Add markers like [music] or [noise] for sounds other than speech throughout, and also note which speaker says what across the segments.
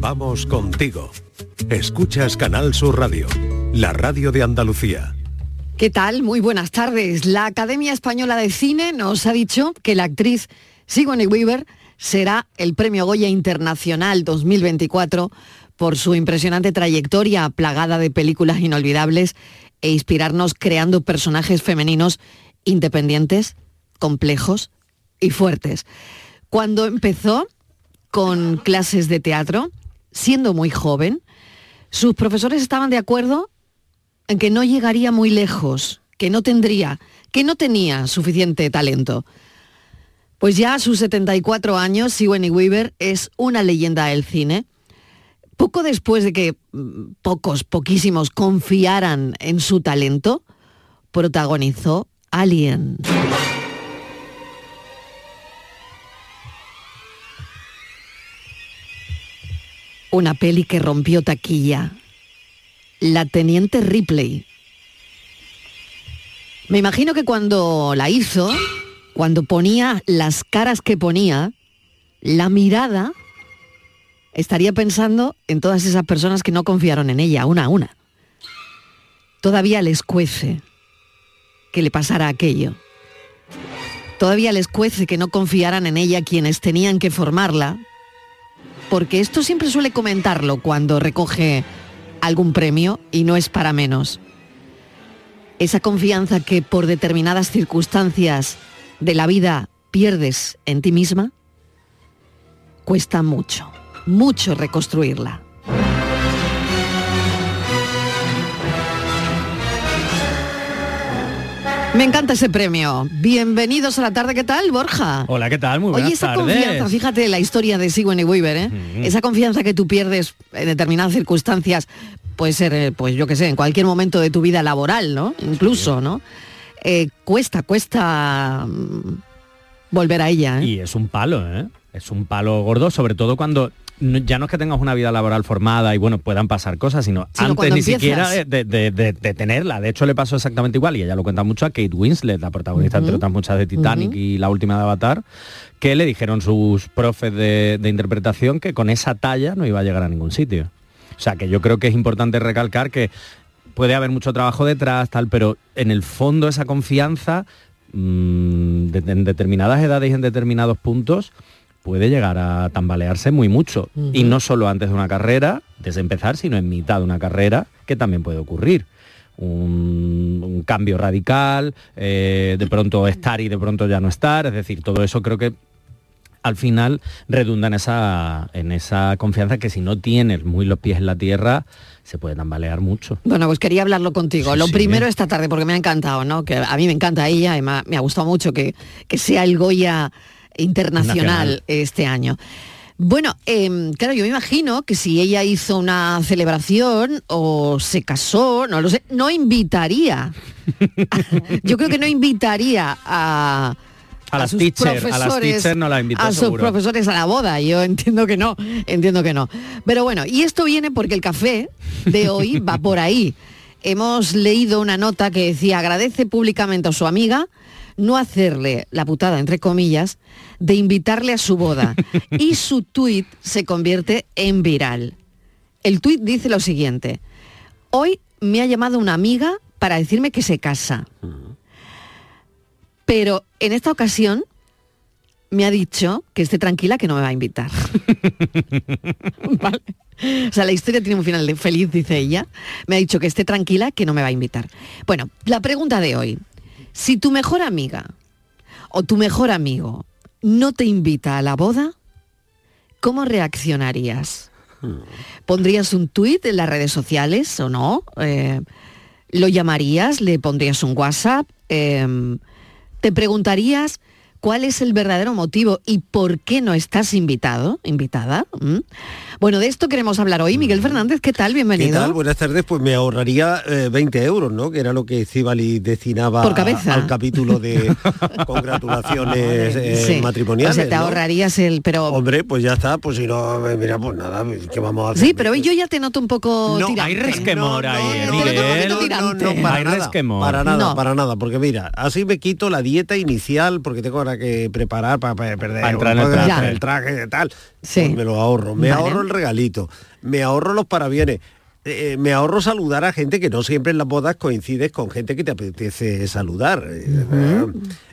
Speaker 1: Vamos contigo. Escuchas Canal Sur Radio, la radio de Andalucía.
Speaker 2: ¿Qué tal? Muy buenas tardes. La Academia Española de Cine nos ha dicho que la actriz Sigourney Weaver será el Premio Goya Internacional 2024 por su impresionante trayectoria plagada de películas inolvidables e inspirarnos creando personajes femeninos independientes, complejos y fuertes. Cuando empezó con clases de teatro, siendo muy joven, sus profesores estaban de acuerdo en que no llegaría muy lejos, que no tendría, que no tenía suficiente talento. Pues ya a sus 74 años, Sigourney Weaver es una leyenda del cine. Poco después de que mm, pocos, poquísimos confiaran en su talento, protagonizó Alien. Una peli que rompió taquilla. La Teniente Ripley. Me imagino que cuando la hizo, cuando ponía las caras que ponía, la mirada estaría pensando en todas esas personas que no confiaron en ella, una a una. Todavía les cuece que le pasara aquello. Todavía les cuece que no confiaran en ella quienes tenían que formarla, porque esto siempre suele comentarlo cuando recoge algún premio y no es para menos. Esa confianza que por determinadas circunstancias de la vida pierdes en ti misma, cuesta mucho, mucho reconstruirla. Me encanta ese premio. Bienvenidos a la tarde, ¿qué tal, Borja?
Speaker 3: Hola, ¿qué tal? Muy buenas
Speaker 2: Oye, esa
Speaker 3: tardes.
Speaker 2: confianza, fíjate la historia de Sigourney Weaver, ¿eh? Esa confianza que tú pierdes en determinadas circunstancias, puede ser, eh, pues yo qué sé, en cualquier momento de tu vida laboral, ¿no? Incluso, ¿no? Eh, cuesta, cuesta mm, volver a ella, ¿eh?
Speaker 3: Y es un palo, ¿eh? Es un palo gordo, sobre todo cuando no- ya no es que tengas una vida laboral formada y bueno, puedan pasar cosas, sino,
Speaker 2: Sino
Speaker 3: antes
Speaker 2: cuando
Speaker 3: ni
Speaker 2: empiezas.
Speaker 3: siquiera de, de- de- de- de tenerla. De hecho, le pasó exactamente igual, y ella lo cuenta mucho a Kate Winslet, la protagonista, entre
Speaker 4: Ujú.
Speaker 3: otras muchas, de Titanic y la última de Avatar, que le dijeron sus profes de, de interpretación que con esa talla no iba a llegar a ningún sitio. O sea, que yo creo que es importante recalcar que puede haber mucho trabajo detrás, tal, pero en el fondo esa confianza mm, de- en determinadas edades y en determinados puntos puede llegar a tambalearse muy mucho. Y no solo antes de una carrera, desde empezar, sino en mitad de una carrera, que también puede ocurrir. Un, un cambio radical, eh, de pronto estar y de pronto ya no estar, es decir, todo eso creo que al final redunda en esa, en esa confianza que si no tienes muy los pies en la tierra, se puede tambalear mucho.
Speaker 2: Bueno, pues quería hablarlo contigo. Lo primero esta tarde, porque me ha encantado, ¿no? Que a mí me encanta ella y me ha, me ha gustado mucho que, que sea el Goya internacional
Speaker 5: Nacional.
Speaker 2: este año. Bueno, em, claro, yo me imagino que si ella hizo una celebración o se casó, no lo sé, no invitaría. [laughs] yo creo que no invitaría a...
Speaker 3: A las
Speaker 2: sus
Speaker 3: teacher, a las
Speaker 2: profesores-
Speaker 3: teacher no la invitó
Speaker 2: a sus
Speaker 3: seguro.
Speaker 2: profesores a la boda. Yo entiendo que no, entiendo que no. Pero bueno, y esto viene porque el café de
Speaker 3: [laughs]
Speaker 2: hoy va por ahí. Hemos leído una nota que decía agradece públicamente a su amiga no hacerle la putada, entre comillas, de invitarle a su
Speaker 3: [laughs]
Speaker 2: boda. Y su tuit se convierte en viral. El tuit dice lo siguiente. Hoy me ha llamado una amiga para decirme que se casa. Pero en esta ocasión me ha dicho que esté tranquila que no me va a invitar. [laughs] Vale. O sea, la historia tiene un final de feliz, dice ella. Me ha dicho que esté tranquila que no me va a invitar. Bueno, la pregunta de hoy. Si tu mejor amiga o tu mejor amigo no te invita a la boda, ¿cómo reaccionarías? ¿Pondrías un tuit en las redes sociales o no? Eh, ¿Lo llamarías? ¿Le pondrías un WhatsApp? Em, ¿Te preguntarías cuál es el verdadero motivo y por qué no estás invitado, invitada? ¿Mm? Bueno, de esto queremos hablar hoy. Miguel Fernández, ¿qué tal?
Speaker 6: Mm. ¿Qué tal?
Speaker 2: Bienvenido.
Speaker 6: Buenas tardes. Pues me ahorraría eh, 20 euros, ¿no? Que era lo que Cibali destinaba
Speaker 2: Por cabeza.
Speaker 6: al
Speaker 2: [laughs]
Speaker 6: capítulo de congratulaciones eh,
Speaker 2: Sí.
Speaker 6: matrimoniales.
Speaker 2: O sea, te
Speaker 6: ¿no?
Speaker 2: ahorrarías el... Pero...
Speaker 6: Hombre, pues ya está. Pues si no, eh, mira, pues nada, ¿qué vamos a hacer?
Speaker 2: Sí, pero hoy yo ya te noto un poco
Speaker 6: No,
Speaker 2: tirante.
Speaker 6: hay
Speaker 3: resquemor ahí, eh, Miguel.
Speaker 6: No, no, para
Speaker 3: Hay
Speaker 6: nada,
Speaker 3: resquemor.
Speaker 6: para nada,
Speaker 3: No.
Speaker 6: para nada, porque mira, así me quito la dieta inicial porque tengo ganas para que preparar, para, para perder
Speaker 3: Para entrar en el
Speaker 6: para
Speaker 3: traje.
Speaker 6: entrar en el traje y tal.
Speaker 2: Sí.
Speaker 6: Pues me lo ahorro. Me
Speaker 2: Vale.
Speaker 6: ahorro el regalito. Me ahorro los parabienes. eh, me ahorro saludar a gente que no siempre en las bodas coincides con gente que te apetece saludar. eh,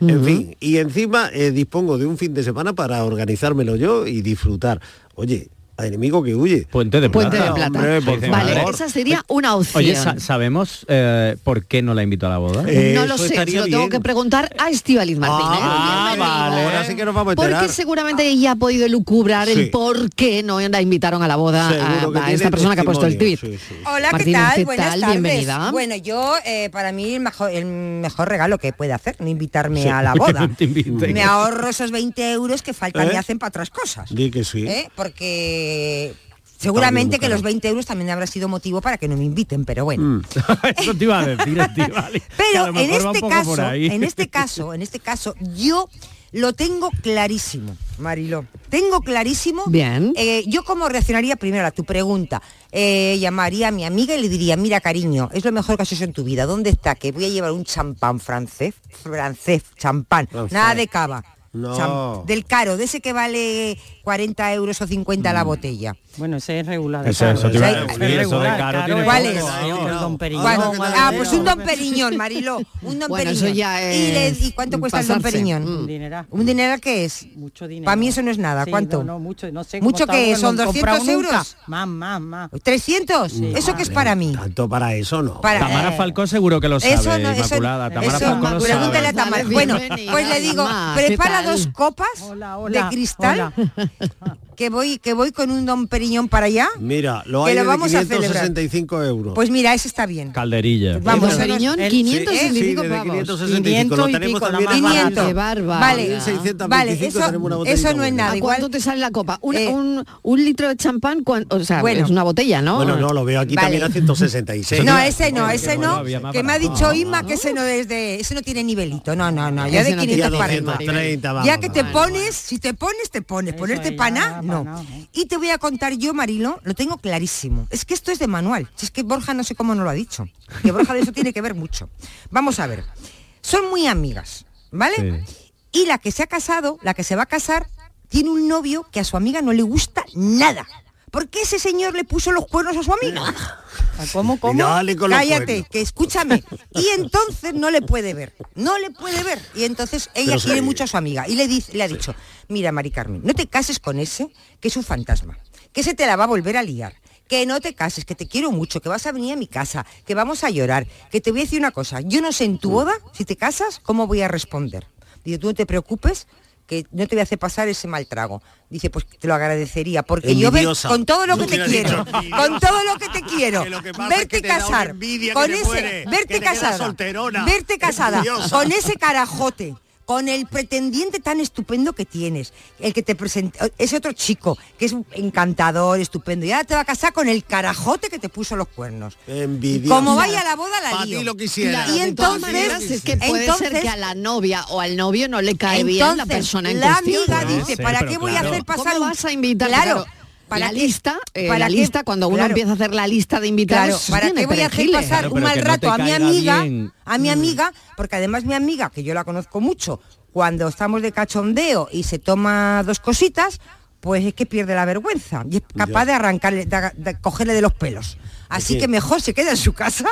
Speaker 6: En fin, y encima eh, dispongo de un fin de semana para organizármelo yo y disfrutar. Oye, a enemigo que huye.
Speaker 3: Puente de plata.
Speaker 2: Puente de plata.
Speaker 6: hombre, por
Speaker 2: vale,
Speaker 6: favor.
Speaker 2: esa sería una opción.
Speaker 3: Oye, sa- ¿sabemos eh, por qué no la invitó a la boda?
Speaker 6: Eh,
Speaker 2: ¿Ah? no lo
Speaker 6: eso
Speaker 2: sé,
Speaker 6: estaría
Speaker 2: se lo tengo
Speaker 6: bien.
Speaker 2: que preguntar a Estivaliz Martínez. ¿eh?
Speaker 3: Ah, vale.
Speaker 6: Ahora sí que nos vamos a enterar.
Speaker 2: Porque seguramente ella ha podido lucubrar
Speaker 6: Sí.
Speaker 2: el por qué no la invitaron a la boda a,
Speaker 6: Seguro que
Speaker 2: a
Speaker 6: tiene
Speaker 2: esta persona que ha puesto el tweet.
Speaker 6: testimonio, sí, sí.
Speaker 4: Hola,
Speaker 2: Martínez,
Speaker 4: ¿qué tal?
Speaker 2: ¿qué
Speaker 4: Buenas
Speaker 2: tal?
Speaker 4: tardes.
Speaker 2: Bienvenida.
Speaker 4: Bueno, yo, eh, para mí, el mejor, el mejor regalo que puede hacer, no invitarme a
Speaker 3: [laughs]
Speaker 4: la
Speaker 6: [laughs]
Speaker 4: boda.
Speaker 3: No te inviten.
Speaker 4: Me ahorro esos 20 euros que faltan
Speaker 6: ¿Eh?
Speaker 4: y hacen para otras cosas.
Speaker 6: Di que sí.
Speaker 4: ¿eh? Porque seguramente que
Speaker 6: caro.
Speaker 4: los 20 euros también habrá sido motivo para que no me inviten, pero bueno.
Speaker 6: Mm.
Speaker 3: [laughs] Eso te iba a decir, Estivali, que a
Speaker 4: Pero
Speaker 3: lo
Speaker 4: en
Speaker 3: mejor va un
Speaker 4: este
Speaker 3: poco
Speaker 4: caso,
Speaker 3: por ahí.
Speaker 4: en este caso, en este caso, yo lo tengo clarísimo, Mariló. Tengo clarísimo.
Speaker 2: Bien.
Speaker 4: Eh, yo cómo reaccionaría primero a tu pregunta. Eh, llamaría a mi amiga y le diría, mira cariño, es lo mejor que has hecho en tu vida. ¿Dónde está? Que voy a llevar un champán francés, francés, champán,
Speaker 6: Francés.
Speaker 4: nada de cava.
Speaker 6: No.
Speaker 4: Cham- del caro, de ese que vale 40 euros o 50
Speaker 3: Mm.
Speaker 4: la botella.
Speaker 5: Bueno, ese es regular.
Speaker 3: Eso- eso te
Speaker 4: iba a
Speaker 5: Claro,
Speaker 4: decir,
Speaker 5: es
Speaker 4: eso de
Speaker 5: regular,
Speaker 3: caro
Speaker 5: claro,
Speaker 3: tiene
Speaker 4: ¿Cuál
Speaker 5: es?
Speaker 4: es?
Speaker 2: Ah,
Speaker 5: Hay otro Don Periñón,
Speaker 4: ¿Cuál?
Speaker 6: no,
Speaker 5: madre
Speaker 4: ah,
Speaker 5: mía.
Speaker 4: pues un don Periñón, Mariló. Un don
Speaker 2: Bueno, eso
Speaker 4: Periñón.
Speaker 2: ya
Speaker 4: ¿Y, le-
Speaker 2: es
Speaker 4: y cuánto cuesta el don
Speaker 2: pasarse. Mm.
Speaker 4: Periñón?
Speaker 5: Un dineral.
Speaker 4: ¿Un dinero qué es?
Speaker 5: Mucho dinero.
Speaker 4: Para mí eso no es nada.
Speaker 5: Sí,
Speaker 4: ¿Cuánto?
Speaker 5: No, no, mucho, no sé.
Speaker 4: ¿Mucho
Speaker 5: cómo está
Speaker 4: que
Speaker 5: uno,
Speaker 4: son
Speaker 5: no he comprado
Speaker 4: 200
Speaker 5: nunca.
Speaker 4: euros?
Speaker 5: Más, más, más.
Speaker 4: ¿300? ¿Eso qué es para mí?
Speaker 6: Tanto para eso no.
Speaker 4: Para-
Speaker 3: Tamara
Speaker 4: eh,
Speaker 3: Falcón seguro que lo sabe,
Speaker 4: Eso no, eso,
Speaker 3: Inmaculada. Tamara
Speaker 4: eso,
Speaker 3: Falcón lo
Speaker 2: Inmaculada,
Speaker 3: sabe.
Speaker 4: pregúntale a Tamara.
Speaker 2: Vale,
Speaker 4: Bueno,
Speaker 2: bienvenida,
Speaker 4: pues le digo,
Speaker 2: Inma, ¿qué
Speaker 4: prepara
Speaker 2: tal?
Speaker 4: dos copas
Speaker 5: Hola, hola,
Speaker 4: de cristal
Speaker 5: hola.
Speaker 4: [laughs] que voy que voy con un don Periñón para allá.
Speaker 6: Mira, lo
Speaker 4: Que
Speaker 6: hay
Speaker 4: lo
Speaker 6: de
Speaker 4: vamos a celebrar.
Speaker 6: 565 euros.
Speaker 4: Pues mira, ese está bien.
Speaker 3: Calderilla.
Speaker 4: Vamos,
Speaker 2: Don Periñón,
Speaker 5: el-
Speaker 2: 500
Speaker 4: sí,
Speaker 2: y
Speaker 6: sí,
Speaker 2: pico
Speaker 6: desde
Speaker 2: pavos.
Speaker 6: 565. Lo
Speaker 5: 500 y
Speaker 6: tenemos
Speaker 5: pico, la
Speaker 6: también
Speaker 5: más
Speaker 6: en
Speaker 5: barata.
Speaker 4: 500.
Speaker 6: Madrid.
Speaker 2: Qué barbaridad.
Speaker 4: Vale,
Speaker 6: 1625
Speaker 4: vale, eso,
Speaker 6: tenemos una botellita
Speaker 4: eso no es
Speaker 6: buena.
Speaker 4: nada.
Speaker 2: ¿A
Speaker 4: Igual, Ah,
Speaker 2: cuánto te sale la copa? Un,
Speaker 4: Eh,
Speaker 2: un- un litro de champán, cuan- o sea,
Speaker 4: Bueno.
Speaker 2: es una botella, ¿no?
Speaker 6: Bueno, no, lo veo aquí
Speaker 4: Vale.
Speaker 6: también a 166.
Speaker 4: No, ese no,
Speaker 3: Oye,
Speaker 4: ese
Speaker 3: que
Speaker 4: no.
Speaker 3: había más
Speaker 4: Que me ha
Speaker 3: barato.
Speaker 4: dicho Inma que ese no es de, ese no tiene nivelito. No, no, no. Ya
Speaker 2: Ese
Speaker 4: de
Speaker 2: no
Speaker 4: 500
Speaker 2: tiene
Speaker 4: para
Speaker 2: nivelito.
Speaker 4: arriba.
Speaker 6: 530, vamos.
Speaker 4: Ya que te
Speaker 6: vale.
Speaker 4: pones, si te pones, te pones.
Speaker 5: Eso
Speaker 4: Ponerte
Speaker 5: ya,
Speaker 4: paná,
Speaker 5: pa'
Speaker 4: no.
Speaker 5: nada, ¿eh?
Speaker 4: Y te voy a contar yo, Marilo, lo tengo clarísimo. Es que esto es de manual. Si es que Borja no sé cómo no lo ha dicho. Que Borja de eso tiene que ver mucho. Vamos a ver. Son muy amigas, ¿vale? Y la que se ha casado, la que se va a casar, tiene un novio que a su amiga no le gusta nada. ¿Por qué ese señor le puso los cuernos a su amiga?
Speaker 5: ¿Cómo, cómo?
Speaker 6: Dale con los
Speaker 4: Cállate,
Speaker 6: cuernos.
Speaker 4: que escúchame. Y entonces no le puede ver. No le puede ver. Y entonces ella
Speaker 6: Pero sí.
Speaker 4: quiere mucho a su amiga. Y le, dice, le ha dicho, mira, Mari Carmen, no te cases con ese, que es un fantasma. Que se te la va a volver a liar. Que no te cases, que te quiero mucho, que vas a venir a mi casa, que vamos a llorar, que te voy a decir una cosa. Yo no sé en
Speaker 6: Mm.
Speaker 4: tu boda, si te casas, cómo voy a responder. Dice, tú no te preocupes, que no te voy a hacer pasar ese mal trago. Dice, pues te lo agradecería, porque yo ve,
Speaker 6: Envidiosa.
Speaker 4: con todo lo que
Speaker 6: Tú
Speaker 4: te
Speaker 6: hubieras
Speaker 4: quiero,
Speaker 6: dicho, envidiosa.
Speaker 4: con todo lo que te quiero,
Speaker 6: Que lo que pasa es
Speaker 4: verte
Speaker 6: que te da una
Speaker 4: casar
Speaker 6: envidia que
Speaker 4: con
Speaker 6: te
Speaker 4: ese,
Speaker 6: muere, que
Speaker 4: verte
Speaker 6: te quedas
Speaker 4: casada,
Speaker 6: solterona,
Speaker 4: verte casada
Speaker 6: envidiosa.
Speaker 4: con ese carajote. Con el pretendiente tan estupendo que tienes, el que te presenta, ese otro chico, que es un encantador, estupendo, y ahora te va a casar con el carajote que te puso los cuernos.
Speaker 6: Envidiosa.
Speaker 4: Como vaya a la boda, la
Speaker 6: Pa'
Speaker 4: lío.
Speaker 6: ti lo quisiera.
Speaker 4: Y
Speaker 2: de todas maneras,
Speaker 4: entonces,
Speaker 2: es que puede ser que
Speaker 4: entonces-
Speaker 2: a la novia o al novio no le cae bien la
Speaker 4: Entonces,
Speaker 2: persona en
Speaker 4: la
Speaker 2: cuestión.
Speaker 4: amiga
Speaker 2: ¿no?
Speaker 4: dice,
Speaker 3: Sí,
Speaker 4: ¿para
Speaker 3: pero
Speaker 4: qué voy
Speaker 3: claro.
Speaker 4: a hacer pasar
Speaker 2: ¿Cómo
Speaker 4: un-
Speaker 2: vas a invitar?
Speaker 4: Claro.
Speaker 2: para la
Speaker 4: qué-
Speaker 2: lista, eh,
Speaker 4: para
Speaker 2: la
Speaker 4: qué-
Speaker 2: lista, cuando uno
Speaker 4: claro,
Speaker 2: empieza a hacer la lista de invitados,
Speaker 4: Claro, ¿para
Speaker 2: tiene
Speaker 4: qué voy a hacer
Speaker 2: perejil, ¿eh?
Speaker 4: pasar
Speaker 3: Claro,
Speaker 4: un
Speaker 3: pero
Speaker 4: mal
Speaker 3: que no te
Speaker 4: rato a mi
Speaker 3: caiga
Speaker 4: amiga?
Speaker 3: bien. Mm.
Speaker 4: A mi amiga, porque además mi amiga, que yo la conozco mucho, cuando estamos de cachondeo y se toma dos cositas, pues es que pierde la vergüenza y es capaz de arrancarle, de, aga- de cogerle de los pelos. Así
Speaker 6: Sí.
Speaker 4: que mejor se queda en su casa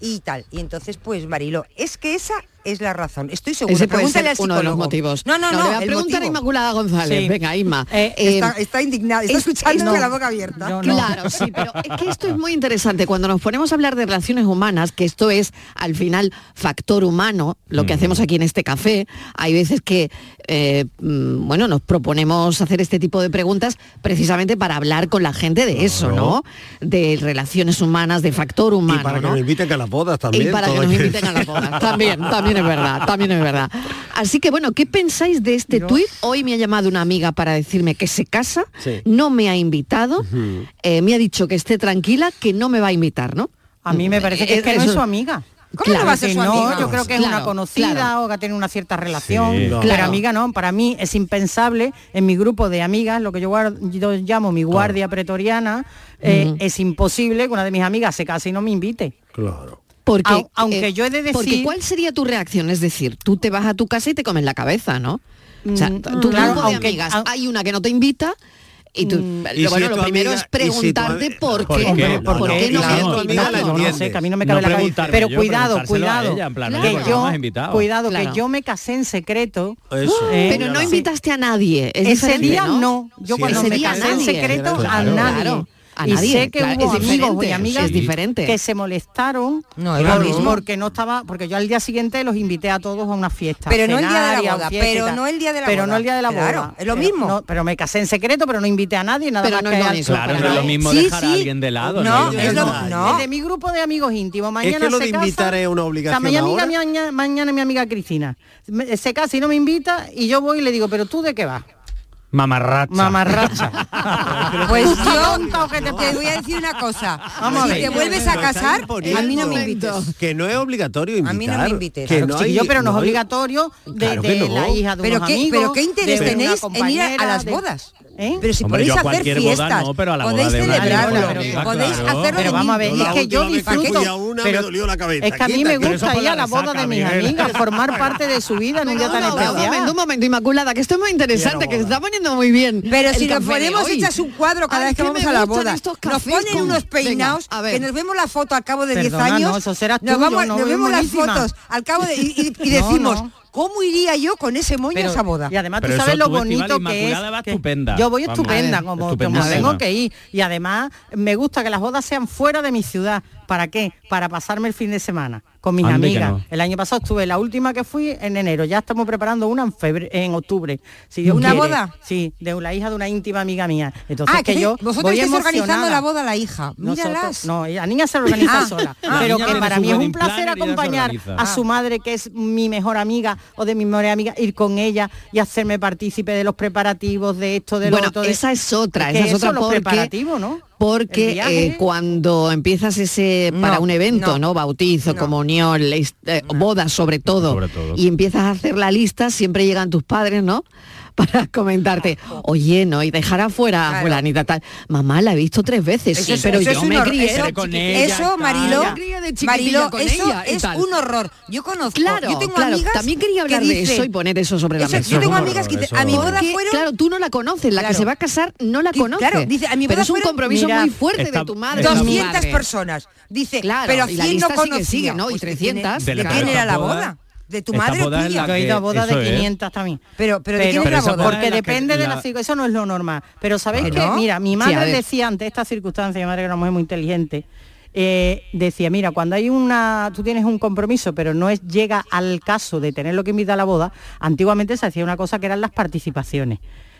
Speaker 4: y tal. Y entonces, pues, Marilo, es que esa es la razón. Estoy segura.
Speaker 2: Ese puede
Speaker 4: Pregúntale al
Speaker 2: ser uno de los
Speaker 4: psicólogo.
Speaker 2: motivos.
Speaker 4: No, no, no.
Speaker 2: Le voy a
Speaker 4: el
Speaker 2: preguntar a
Speaker 4: motivo.
Speaker 2: Inmaculada González.
Speaker 5: Sí.
Speaker 2: Venga, Isma.
Speaker 5: Eh,
Speaker 2: Eh,
Speaker 4: está, está indignada, está
Speaker 2: es-
Speaker 4: escuchando
Speaker 2: no.
Speaker 4: con la boca abierta.
Speaker 5: Yo no.
Speaker 2: Claro, sí, pero es que esto es muy interesante. Cuando nos ponemos a hablar de relaciones humanas, que esto es al final factor humano, lo
Speaker 6: Mm.
Speaker 2: que hacemos aquí en este café, hay veces que, eh, mm, bueno, nos proponemos hacer este tipo de preguntas precisamente para hablar con la gente de eso, ¿no? De relaciones humanas, de factor humano.
Speaker 6: Y para que
Speaker 2: ¿no?
Speaker 6: nos inviten a las bodas también.
Speaker 2: Y para que
Speaker 6: todo
Speaker 2: nos
Speaker 6: aquel-
Speaker 2: inviten a la boda.
Speaker 6: [laughs]
Speaker 2: También, también es verdad, también es verdad. Así que bueno, ¿qué pensáis de este
Speaker 5: Yo-
Speaker 2: tuit? Hoy me ha llamado una amiga para decirme que se casa,
Speaker 6: Sí.
Speaker 2: no me ha invitado, eh, me ha dicho que esté tranquila, que no me va a invitar, ¿no?
Speaker 5: A mí me parece que, es que no es
Speaker 2: Eso-
Speaker 5: su amiga.
Speaker 4: ¿Cómo no va a ser
Speaker 5: Que
Speaker 4: su
Speaker 5: no,
Speaker 4: amiga?
Speaker 5: yo creo que es
Speaker 2: Claro,
Speaker 5: una conocida
Speaker 2: claro.
Speaker 5: o que ha tenido una cierta relación.
Speaker 3: Sí.
Speaker 5: Pero
Speaker 2: Claro.
Speaker 5: amiga no, para mí es impensable en mi grupo de amigas, lo que yo, guar- yo llamo mi guardia pretoriana, eh, es imposible que una de mis amigas se case y no me invite.
Speaker 6: Claro.
Speaker 2: Porque, eh,
Speaker 5: Au- aunque yo he de
Speaker 2: Porque
Speaker 5: decir-
Speaker 2: ¿cuál sería tu reacción? Es decir, tú te vas a tu casa y te comes la cabeza, ¿no? O sea,
Speaker 5: Mm,
Speaker 2: tu
Speaker 5: claro,
Speaker 2: grupo de
Speaker 5: aunque-
Speaker 2: amigas,
Speaker 5: au-
Speaker 2: hay una que no te invita y tú,
Speaker 6: Y
Speaker 2: lo, bueno,
Speaker 6: si
Speaker 2: lo
Speaker 6: tu
Speaker 2: primero
Speaker 6: amiga-
Speaker 2: es
Speaker 6: y si tu
Speaker 2: preguntarte
Speaker 6: ami-
Speaker 2: por
Speaker 3: ¿Por
Speaker 2: qué,
Speaker 3: qué?
Speaker 2: por,
Speaker 3: No, no,
Speaker 2: qué no me
Speaker 3: y si tu
Speaker 2: has
Speaker 6: amiga la
Speaker 5: no,
Speaker 2: invitado.
Speaker 5: no sé,
Speaker 6: entiendes.
Speaker 5: que a mí no me
Speaker 3: No
Speaker 5: cabe la cabeza.
Speaker 3: preguntarme
Speaker 5: Pero
Speaker 3: yo,
Speaker 5: cuidado,
Speaker 3: preguntárselo a
Speaker 5: cuidado.
Speaker 3: ella, en plan,
Speaker 2: no,
Speaker 5: que
Speaker 2: porque
Speaker 3: no
Speaker 5: yo,
Speaker 3: me has invitado.
Speaker 5: cuidado,
Speaker 2: Claro.
Speaker 5: que yo me casé en secreto.
Speaker 6: Eso.
Speaker 5: Eh,
Speaker 2: Pero no
Speaker 5: Sí.
Speaker 2: invitaste a nadie. Es
Speaker 5: Ese
Speaker 2: diferente,
Speaker 5: día no. Yo
Speaker 6: Sí,
Speaker 5: cuando
Speaker 6: ese
Speaker 5: me
Speaker 6: día
Speaker 5: casé en
Speaker 2: nadie.
Speaker 5: secreto a
Speaker 6: Claro.
Speaker 5: nadie.
Speaker 2: Claro, a
Speaker 5: y
Speaker 2: nadie,
Speaker 5: sé que
Speaker 2: claro,
Speaker 5: hubo
Speaker 2: es
Speaker 5: amigos y
Speaker 2: diferente,
Speaker 5: amigas
Speaker 2: es diferente.
Speaker 5: que se molestaron
Speaker 4: No, era
Speaker 5: por-
Speaker 4: lo mismo.
Speaker 5: porque no estaba porque yo al día siguiente los invité a todos a una fiesta
Speaker 4: Pero no el día de la
Speaker 5: cenar y a
Speaker 4: boda,
Speaker 5: fiesta y
Speaker 4: pero
Speaker 5: tal.
Speaker 4: no el día de la
Speaker 5: pero
Speaker 4: boda.
Speaker 5: no el día de la
Speaker 4: Claro,
Speaker 5: boda.
Speaker 4: es lo
Speaker 5: Pero
Speaker 4: mismo.
Speaker 5: no- pero me casé en secreto pero no invité a nadie nada
Speaker 2: Pero
Speaker 5: más
Speaker 2: no
Speaker 5: que
Speaker 2: es lo
Speaker 5: al-
Speaker 2: mismo,
Speaker 3: Claro, no
Speaker 2: Pero
Speaker 3: es lo
Speaker 2: no.
Speaker 3: mismo
Speaker 4: Sí,
Speaker 3: dejar a
Speaker 4: sí.
Speaker 3: alguien de lado.
Speaker 4: No,
Speaker 3: Yo-
Speaker 4: es lo- no.
Speaker 5: de mi grupo de amigos íntimos. Mañana
Speaker 6: que lo
Speaker 5: se
Speaker 6: de
Speaker 5: casa-
Speaker 6: invitar es una obligación
Speaker 5: O sea, mi amiga,
Speaker 6: ahora.
Speaker 5: mi aña- mañana mi amiga Cristina me- se casa y no me invita y yo voy y le digo, pero tú de qué vas,
Speaker 3: Mamarracha.
Speaker 5: mamarracha.
Speaker 4: Pues
Speaker 5: ¿Tú
Speaker 4: yo
Speaker 5: tonta o qué te
Speaker 4: te
Speaker 5: pasa?
Speaker 4: voy a decir una cosa.
Speaker 5: Vamos a
Speaker 4: si
Speaker 5: ver.
Speaker 4: te vuelves a
Speaker 6: Lo están
Speaker 4: casar,
Speaker 6: imponiendo.
Speaker 4: a mí no me invites.
Speaker 6: Que no es obligatorio invitar.
Speaker 4: A mí no me invites.
Speaker 6: Que
Speaker 4: Claro,
Speaker 6: no hay-
Speaker 5: Chiquillo, pero no es
Speaker 6: hay-
Speaker 5: obligatorio de,
Speaker 6: Claro
Speaker 5: de
Speaker 6: que no.
Speaker 5: la hija de
Speaker 4: Pero
Speaker 5: unos
Speaker 4: qué-
Speaker 5: amigos,
Speaker 4: pero qué interés
Speaker 5: de una
Speaker 4: tenéis en ir a- a
Speaker 5: compañera,
Speaker 4: las
Speaker 5: de-
Speaker 4: bodas.
Speaker 5: ¿Eh?
Speaker 4: Pero si
Speaker 3: Hombre,
Speaker 4: podéis
Speaker 3: yo a
Speaker 4: hacer
Speaker 3: cualquier boda
Speaker 4: fiestas,
Speaker 3: no, pero a la boda
Speaker 4: podéis
Speaker 3: de una
Speaker 4: celebrarlo,
Speaker 5: amiga, pero está
Speaker 4: podéis
Speaker 3: claro.
Speaker 4: hacerlo
Speaker 5: Pero
Speaker 4: de
Speaker 5: vamos a ver,
Speaker 4: niños.
Speaker 5: es que yo
Speaker 6: última vez que
Speaker 5: disfruto.
Speaker 6: fui a una me
Speaker 5: pero
Speaker 6: dolió la cabeza.
Speaker 5: Es que a mí
Speaker 6: Quita,
Speaker 5: me
Speaker 6: quita. Pero eso
Speaker 5: gusta
Speaker 3: por
Speaker 5: ir
Speaker 3: la
Speaker 5: a la boda
Speaker 3: resaca,
Speaker 5: de mis
Speaker 3: Miguel.
Speaker 5: amigas, formar parte de su vida en un día tan
Speaker 2: Perdona, un momento,
Speaker 5: especial.
Speaker 2: un momento, Inmaculada, que esto es muy interesante, que se está poniendo muy bien.
Speaker 4: Pero
Speaker 2: el
Speaker 4: si nos
Speaker 2: café de
Speaker 4: ponemos
Speaker 2: hoy.
Speaker 4: hechas un cuadro cada
Speaker 2: Ay,
Speaker 4: vez que
Speaker 2: es
Speaker 4: vamos
Speaker 2: me
Speaker 4: a la
Speaker 2: gustan
Speaker 4: boda,
Speaker 2: estos
Speaker 4: nos
Speaker 2: cafés
Speaker 4: ponen
Speaker 2: con-
Speaker 4: unos
Speaker 2: Venga,
Speaker 4: peinados
Speaker 2: a
Speaker 4: que
Speaker 2: ver.
Speaker 4: nos vemos la foto al cabo de 10
Speaker 5: Perdona,
Speaker 4: años.
Speaker 5: no, eso serás tú,
Speaker 4: nos vamos,
Speaker 5: yo no,
Speaker 4: nos
Speaker 5: es
Speaker 4: vemos las
Speaker 5: buenísima.
Speaker 4: fotos al cabo de, y, y- y
Speaker 5: [laughs] No,
Speaker 4: decimos,
Speaker 5: no.
Speaker 4: ¿cómo iría yo con ese moño
Speaker 5: Pero-
Speaker 4: a esa boda?
Speaker 5: Y además
Speaker 3: Pero
Speaker 5: tú
Speaker 3: eso
Speaker 5: sabes lo
Speaker 3: tú, Estivali,
Speaker 5: bonito que es.
Speaker 3: Inmaculada va
Speaker 5: que-
Speaker 3: estupenda.
Speaker 5: Yo voy
Speaker 3: Vamos.
Speaker 5: estupenda,
Speaker 3: A ver,
Speaker 5: como, como
Speaker 3: estupendísima.
Speaker 5: tengo que ir. Y además me gusta que las bodas sean fuera de mi ciudad. ¿Para qué? Para pasarme el fin de semana con mis
Speaker 3: Ande que
Speaker 5: amigas.
Speaker 3: no.
Speaker 5: El año pasado estuve la última que fui en enero. Ya estamos preparando una en febre, en octubre. Si Dios
Speaker 4: ¿Una
Speaker 5: quiere.
Speaker 4: boda?
Speaker 5: Sí, de la hija de una íntima amiga mía. Entonces
Speaker 4: ah,
Speaker 5: que
Speaker 4: sí,
Speaker 5: yo
Speaker 4: vosotros
Speaker 5: voy
Speaker 4: estáis organizando
Speaker 5: emocionada.
Speaker 4: la boda a la hija.
Speaker 5: Nosotros,
Speaker 4: Míralas.
Speaker 5: no, la niña se lo organiza
Speaker 4: Ah,
Speaker 5: sola.
Speaker 4: ah.
Speaker 5: pero
Speaker 3: La
Speaker 5: que
Speaker 3: niña
Speaker 5: para
Speaker 3: tiene
Speaker 5: mí
Speaker 3: su
Speaker 5: es un
Speaker 3: wedding
Speaker 5: placer
Speaker 3: planner y ya se
Speaker 5: acompañar
Speaker 3: organiza.
Speaker 5: a su madre, que es mi mejor amiga o de mi mejor amiga, ir con ella y hacerme partícipe de los preparativos, de esto, de lo
Speaker 2: Bueno,
Speaker 5: otro. de-
Speaker 2: esa es otra,
Speaker 5: que
Speaker 2: esa es
Speaker 5: eso,
Speaker 2: otra
Speaker 5: los
Speaker 2: porque,
Speaker 5: preparativos, ¿no?
Speaker 2: porque
Speaker 5: El viaje.
Speaker 2: eh, cuando empiezas ese
Speaker 4: No,
Speaker 2: para un evento,
Speaker 4: no.
Speaker 2: ¿no? Bautizo,
Speaker 4: No.
Speaker 2: comunión, leis- eh, boda sobre todo,
Speaker 3: Sobre todo.
Speaker 2: y empiezas a hacer la lista, siempre llegan tus padres, ¿no? [laughs] Para comentarte, oye, no, y dejar afuera
Speaker 4: Claro.
Speaker 2: a fulanita tal. Mamá, la he visto tres veces,
Speaker 4: Eso
Speaker 2: sí,
Speaker 4: es-
Speaker 2: pero
Speaker 4: eso
Speaker 2: yo
Speaker 4: es un
Speaker 2: me
Speaker 4: hor-
Speaker 2: crié.
Speaker 4: eso,
Speaker 3: Pero con
Speaker 4: chiqui-
Speaker 3: ella y
Speaker 4: eso,
Speaker 3: tal.
Speaker 4: Mariló,
Speaker 2: Me crié de chiquitilla
Speaker 4: Mariló,
Speaker 2: con
Speaker 4: eso
Speaker 2: ella y
Speaker 4: es
Speaker 2: tal.
Speaker 4: un horror. Yo conozco,
Speaker 2: Claro,
Speaker 4: yo tengo
Speaker 2: claro,
Speaker 4: amigas
Speaker 2: también quería hablar
Speaker 4: que
Speaker 2: de eso
Speaker 4: dicen-
Speaker 2: y poner eso sobre la
Speaker 4: Eso-
Speaker 2: mesa.
Speaker 4: Yo tengo
Speaker 3: Es un
Speaker 4: amigas que
Speaker 3: horror,
Speaker 4: dicen,
Speaker 3: eso
Speaker 4: a mi
Speaker 3: es un
Speaker 4: boda
Speaker 2: Porque,
Speaker 4: fueron
Speaker 2: claro, tú no la conoces, la
Speaker 4: Claro.
Speaker 2: que se va a casar no la
Speaker 4: Dice,
Speaker 2: conoce.
Speaker 4: claro, dice, a mi
Speaker 2: pero
Speaker 4: boda
Speaker 2: es un
Speaker 4: fueron-
Speaker 2: compromiso
Speaker 5: Mira,
Speaker 2: muy fuerte
Speaker 3: esta-
Speaker 2: de tu madre.
Speaker 3: esta-
Speaker 2: de tu
Speaker 4: 200
Speaker 2: padre.
Speaker 4: personas. Dice,
Speaker 2: Claro,
Speaker 4: pero ¿a
Speaker 2: y la
Speaker 4: quién no
Speaker 2: lista sigue,
Speaker 4: conocía?
Speaker 2: sigue, ¿no? Y
Speaker 4: Pues, ¿de
Speaker 2: 300.
Speaker 4: quién- ¿De
Speaker 3: la-
Speaker 4: quién era la
Speaker 3: esta
Speaker 4: boda? ¿De tu
Speaker 3: esta
Speaker 4: madre o
Speaker 3: boda es la
Speaker 4: tuya?
Speaker 5: Yo he ido a
Speaker 3: que-
Speaker 5: bodas
Speaker 3: eso
Speaker 5: de
Speaker 3: es.
Speaker 5: 500 también.
Speaker 4: Pero- pero ¿de quién es
Speaker 3: Pero
Speaker 4: la
Speaker 3: esa
Speaker 4: boda?
Speaker 3: boda es
Speaker 5: Porque
Speaker 3: la que-
Speaker 5: depende de
Speaker 3: la-
Speaker 5: la circun- Eso no es lo normal. Pero ¿sabéis
Speaker 4: Claro.
Speaker 5: que,
Speaker 4: ¿No?
Speaker 5: Mira, mi
Speaker 2: Sí,
Speaker 5: madre
Speaker 2: a ver.
Speaker 5: decía ante esta circunstancia, mi madre que era una mujer muy inteligente, eh, decía, mira, cuando hay una, tú tienes un compromiso, pero no es llega al caso de tenerlo que invitar a la boda, antiguamente se hacía una cosa que eran las participaciones.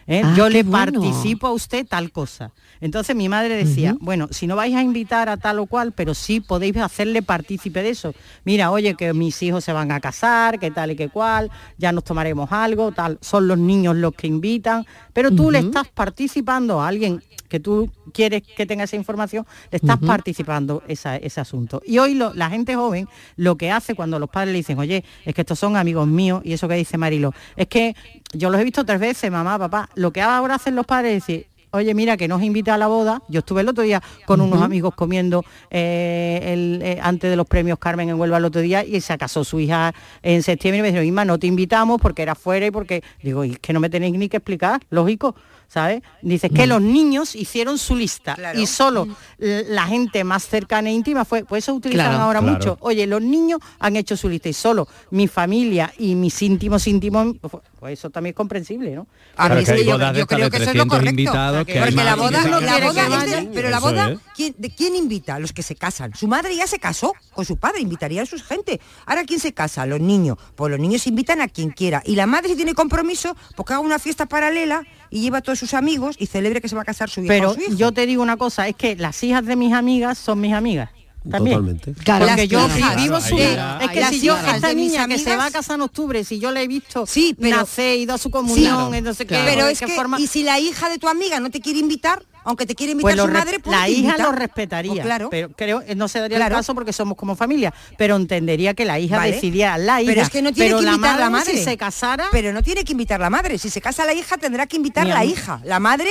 Speaker 5: ¿eh?
Speaker 2: Ah,
Speaker 5: Yo
Speaker 2: qué
Speaker 5: le
Speaker 2: bueno.
Speaker 5: participo a usted tal cosa. Entonces mi madre decía, bueno, si no vais a invitar a tal o cual, pero sí podéis hacerle partícipe de eso. Mira, oye, que mis hijos se van a casar, que tal y que cual, ya nos tomaremos algo, tal. Son los niños los que invitan, pero tú le estás participando a alguien que tú quieres que tenga esa información, le estás participando esa- ese asunto. Y hoy lo- la gente joven lo que hace cuando los padres le dicen, oye, es que estos son amigos míos, y eso que dice Marilo, es que yo los he visto tres veces, mamá, papá, lo que ahora hacen los padres es decir, oye, mira, que nos invita a la boda, yo estuve el otro día con unos amigos comiendo eh, el, eh, antes de los premios Carmen en Huelva el otro día, y se casó su hija en septiembre, y me dijeron, Inma, no te invitamos porque era fuera y porque, digo, "Y es que no me tenéis ni que explicar, lógico. ¿sabes? Dices que los niños hicieron su lista
Speaker 4: Claro.
Speaker 5: y solo l- la gente más cercana e íntima fue, pues eso utilizan
Speaker 2: Claro.
Speaker 5: ahora
Speaker 3: Claro.
Speaker 5: mucho. Oye, los niños han hecho su lista y solo mi familia y mis íntimos íntimos, pues eso también es comprensible, ¿no?
Speaker 4: A
Speaker 3: Claro,
Speaker 4: mí
Speaker 3: que hay
Speaker 4: sí, yo,
Speaker 3: bodas de
Speaker 4: yo
Speaker 3: estas
Speaker 4: creo
Speaker 3: de
Speaker 4: que eso es lo
Speaker 3: 300
Speaker 4: correcto.
Speaker 3: invitados, que hay
Speaker 4: porque la
Speaker 3: más que
Speaker 4: boda,
Speaker 3: se
Speaker 4: la
Speaker 3: casan.
Speaker 4: boda
Speaker 5: Quiere que
Speaker 4: es de-
Speaker 5: vayan.
Speaker 4: pero la
Speaker 3: Eso
Speaker 4: boda,
Speaker 3: es.
Speaker 4: ¿quién, ¿de quién invita? Los que se casan. Su madre ya se casó con su padre, invitaría a sus gente. Ahora, ¿quién se casa? Los niños. Pues los niños invitan a quien quiera. Y la madre, si tiene compromiso, pues que haga una fiesta paralela y lleva a todos sus amigos y celebre que se va a casar su hija o
Speaker 5: Pero
Speaker 4: su hijo.
Speaker 5: yo te digo una cosa, es que las hijas de mis amigas son mis amigas. También.
Speaker 6: Totalmente.
Speaker 2: Claro,
Speaker 5: Porque
Speaker 4: Las
Speaker 5: yo
Speaker 4: hijas.
Speaker 5: vivo su
Speaker 3: Claro,
Speaker 5: vida.
Speaker 2: ahí
Speaker 5: Es que
Speaker 2: las
Speaker 5: si yo,
Speaker 2: hijas
Speaker 5: esta
Speaker 4: de mis
Speaker 5: niña que se
Speaker 4: amigas-
Speaker 5: va a casar en octubre, si yo la he visto
Speaker 4: Sí, pero-
Speaker 5: nacer, ido a su comunión,
Speaker 2: Claro,
Speaker 5: en no sé qué,
Speaker 2: claro.
Speaker 5: o
Speaker 4: Pero
Speaker 5: de
Speaker 4: es
Speaker 5: qué
Speaker 4: que,
Speaker 5: forma,
Speaker 4: y si la hija de tu amiga no te quiere invitar, aunque te quiere invitar
Speaker 5: Pues lo
Speaker 4: su
Speaker 5: re-
Speaker 4: madre, pues no
Speaker 5: la
Speaker 4: te
Speaker 5: hija
Speaker 4: invita.
Speaker 5: lo respetaría,
Speaker 4: Pues claro.
Speaker 5: pero creo eh, no se daría
Speaker 4: Claro.
Speaker 5: el caso porque somos como familia, pero entendería que la hija
Speaker 4: Vale.
Speaker 5: decidiera la hija.
Speaker 4: Pero es que no tiene
Speaker 5: pero
Speaker 4: que
Speaker 5: la
Speaker 4: invitar
Speaker 5: madre,
Speaker 4: la madre.
Speaker 5: si se casara,
Speaker 4: Pero no tiene que invitar la madre. Si se casa la hija, tendrá que invitar
Speaker 5: Mi
Speaker 4: la
Speaker 5: amor.
Speaker 4: hija. La madre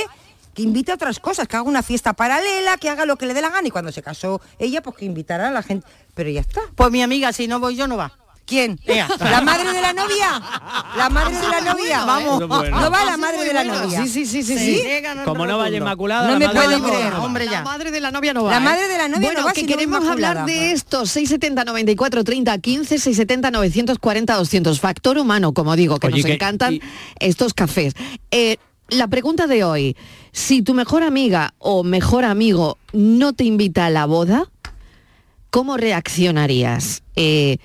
Speaker 4: que invite a otras cosas, que haga una fiesta paralela, que haga lo que le dé la gana. Y cuando se casó ella, pues que invitará a la gente. Pero ya está.
Speaker 5: pues mi amiga si no voy yo no va.
Speaker 4: ¿Quién?
Speaker 5: Ea.
Speaker 4: ¿La madre de la
Speaker 5: [laughs]
Speaker 4: novia? ¿La madre de la
Speaker 5: Bueno,
Speaker 4: novia?
Speaker 5: vamos.
Speaker 4: ¿No va la madre de la novia?
Speaker 2: Sí, sí, sí, sí.
Speaker 5: Sí,
Speaker 2: sí.
Speaker 5: llega,
Speaker 3: Como no vaya
Speaker 5: rotundo.
Speaker 3: inmaculada,
Speaker 4: No
Speaker 3: la
Speaker 4: me
Speaker 3: madre
Speaker 4: puedo
Speaker 3: no
Speaker 4: creer.
Speaker 3: va.
Speaker 5: Hombre, ya.
Speaker 2: La madre de la novia no va.
Speaker 4: La
Speaker 2: ¿eh?
Speaker 4: madre de la novia
Speaker 2: bueno,
Speaker 4: no va,
Speaker 2: que
Speaker 4: si no es
Speaker 2: queremos
Speaker 4: inmaculada.
Speaker 2: hablar de esto. 670 94 30 15, 670 940 200. Factor humano, como digo, que
Speaker 3: Oye,
Speaker 2: nos
Speaker 3: que-
Speaker 2: encantan
Speaker 3: y-
Speaker 2: estos cafés. Eh, la pregunta de hoy, si tu mejor amiga o mejor amigo no te invita a la boda, ¿cómo reaccionarías? Eh,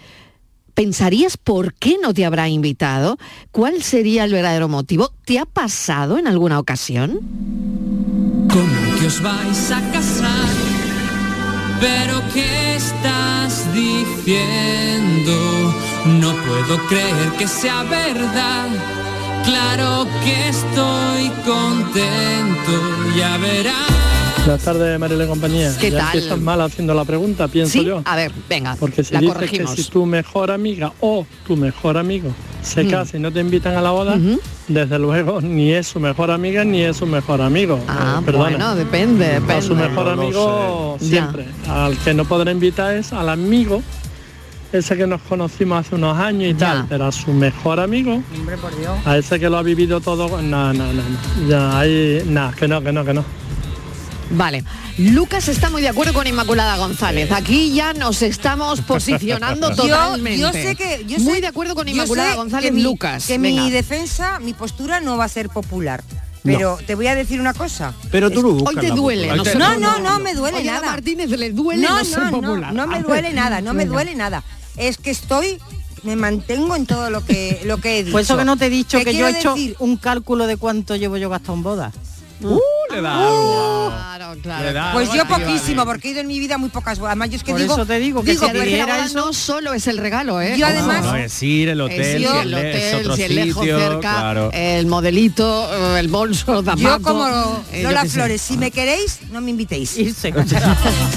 Speaker 2: ¿Pensarías por qué no te habrá invitado? ¿Cuál sería el verdadero motivo? ¿Te ha pasado en alguna ocasión?
Speaker 7: ¿Cómo que os vais a casar? Pero ¿qué estás diciendo? No puedo creer que sea verdad. Claro que estoy contento, ya verás.
Speaker 8: Buenas tardes, María y compañía.
Speaker 2: ¿Qué
Speaker 8: ya
Speaker 2: tal?
Speaker 8: empiezas mal haciendo la pregunta, pienso
Speaker 2: Sí,
Speaker 8: yo.
Speaker 2: a ver, venga,
Speaker 8: Porque si
Speaker 2: la
Speaker 8: dices
Speaker 2: corregimos.
Speaker 8: que si tu mejor amiga o tu mejor amigo se
Speaker 2: Mm.
Speaker 8: casa y no te invitan a la boda, desde luego ni es su mejor amiga ni es su mejor amigo.
Speaker 2: Ah,
Speaker 8: Eh, perdona.
Speaker 2: bueno, depende, depende.
Speaker 8: A su mejor
Speaker 6: No lo
Speaker 8: amigo
Speaker 2: sé.
Speaker 8: siempre. Al que no podrá invitar es al amigo, ese que nos conocimos hace unos años y
Speaker 2: Ya.
Speaker 8: tal, pero a su mejor amigo,
Speaker 5: Hombre, por Dios.
Speaker 8: a ese que lo ha vivido todo, no, no, no, no. Ya, ahí, no, que no, que no, que no.
Speaker 2: Vale. Lucas está muy de acuerdo con Inmaculada González. Aquí ya nos estamos posicionando totalmente.
Speaker 4: [laughs] Yo, yo sé que yo
Speaker 2: muy
Speaker 4: sé-
Speaker 2: de acuerdo con
Speaker 4: yo
Speaker 2: Inmaculada
Speaker 4: sé
Speaker 2: González
Speaker 4: que mi-
Speaker 2: Lucas.
Speaker 4: Que
Speaker 2: Venga.
Speaker 4: mi defensa, mi postura no va a ser popular. Pero te voy a decir una cosa.
Speaker 6: Pero tú no buscas
Speaker 2: Hoy te
Speaker 6: la
Speaker 2: duele.
Speaker 6: boda.
Speaker 3: Hoy te-
Speaker 4: No, no, no me duele
Speaker 2: Oye, a
Speaker 4: nada.
Speaker 2: Martínez le duele no, ser popular. Ah,
Speaker 4: No, me duele nada, no me duele nada. Es que estoy, me mantengo en todo lo que, lo que he dicho.
Speaker 5: Pues eso que no te he dicho,
Speaker 4: Te
Speaker 5: que yo
Speaker 4: quiero
Speaker 5: he hecho
Speaker 4: decir-
Speaker 5: un cálculo de cuánto llevo yo gastado en Ah. boda.
Speaker 3: Uh, le da algo.
Speaker 2: Claro,
Speaker 3: Le
Speaker 2: claro.
Speaker 3: da
Speaker 4: Pues
Speaker 3: algo
Speaker 4: yo
Speaker 3: a ti,
Speaker 4: poquísimo,
Speaker 3: vale.
Speaker 4: porque he ido en mi vida muy pocas bodas. Además, yo es que
Speaker 5: Por
Speaker 4: digo,
Speaker 5: eso te digo que si
Speaker 2: Porque
Speaker 4: porque
Speaker 2: la
Speaker 5: adquiriera
Speaker 2: boda
Speaker 5: eso-
Speaker 2: no solo es el regalo, ¿eh?
Speaker 4: Yo
Speaker 2: Ojo.
Speaker 4: además-
Speaker 3: No, es ir, el
Speaker 2: Es
Speaker 3: hotel,
Speaker 2: ir,
Speaker 3: si
Speaker 2: el
Speaker 3: le- es
Speaker 2: hotel,
Speaker 3: otro
Speaker 2: si es lejos,
Speaker 3: sitio,
Speaker 2: cerca, Eh.
Speaker 3: claro.
Speaker 2: el modelito, eh, el bolso, el
Speaker 4: yo
Speaker 2: tabaco,
Speaker 4: como
Speaker 2: eh, yo
Speaker 4: Lola
Speaker 2: qué sé.
Speaker 4: Flores, si me queréis, no me
Speaker 2: [laughs]
Speaker 4: invitéis.
Speaker 5: Irse.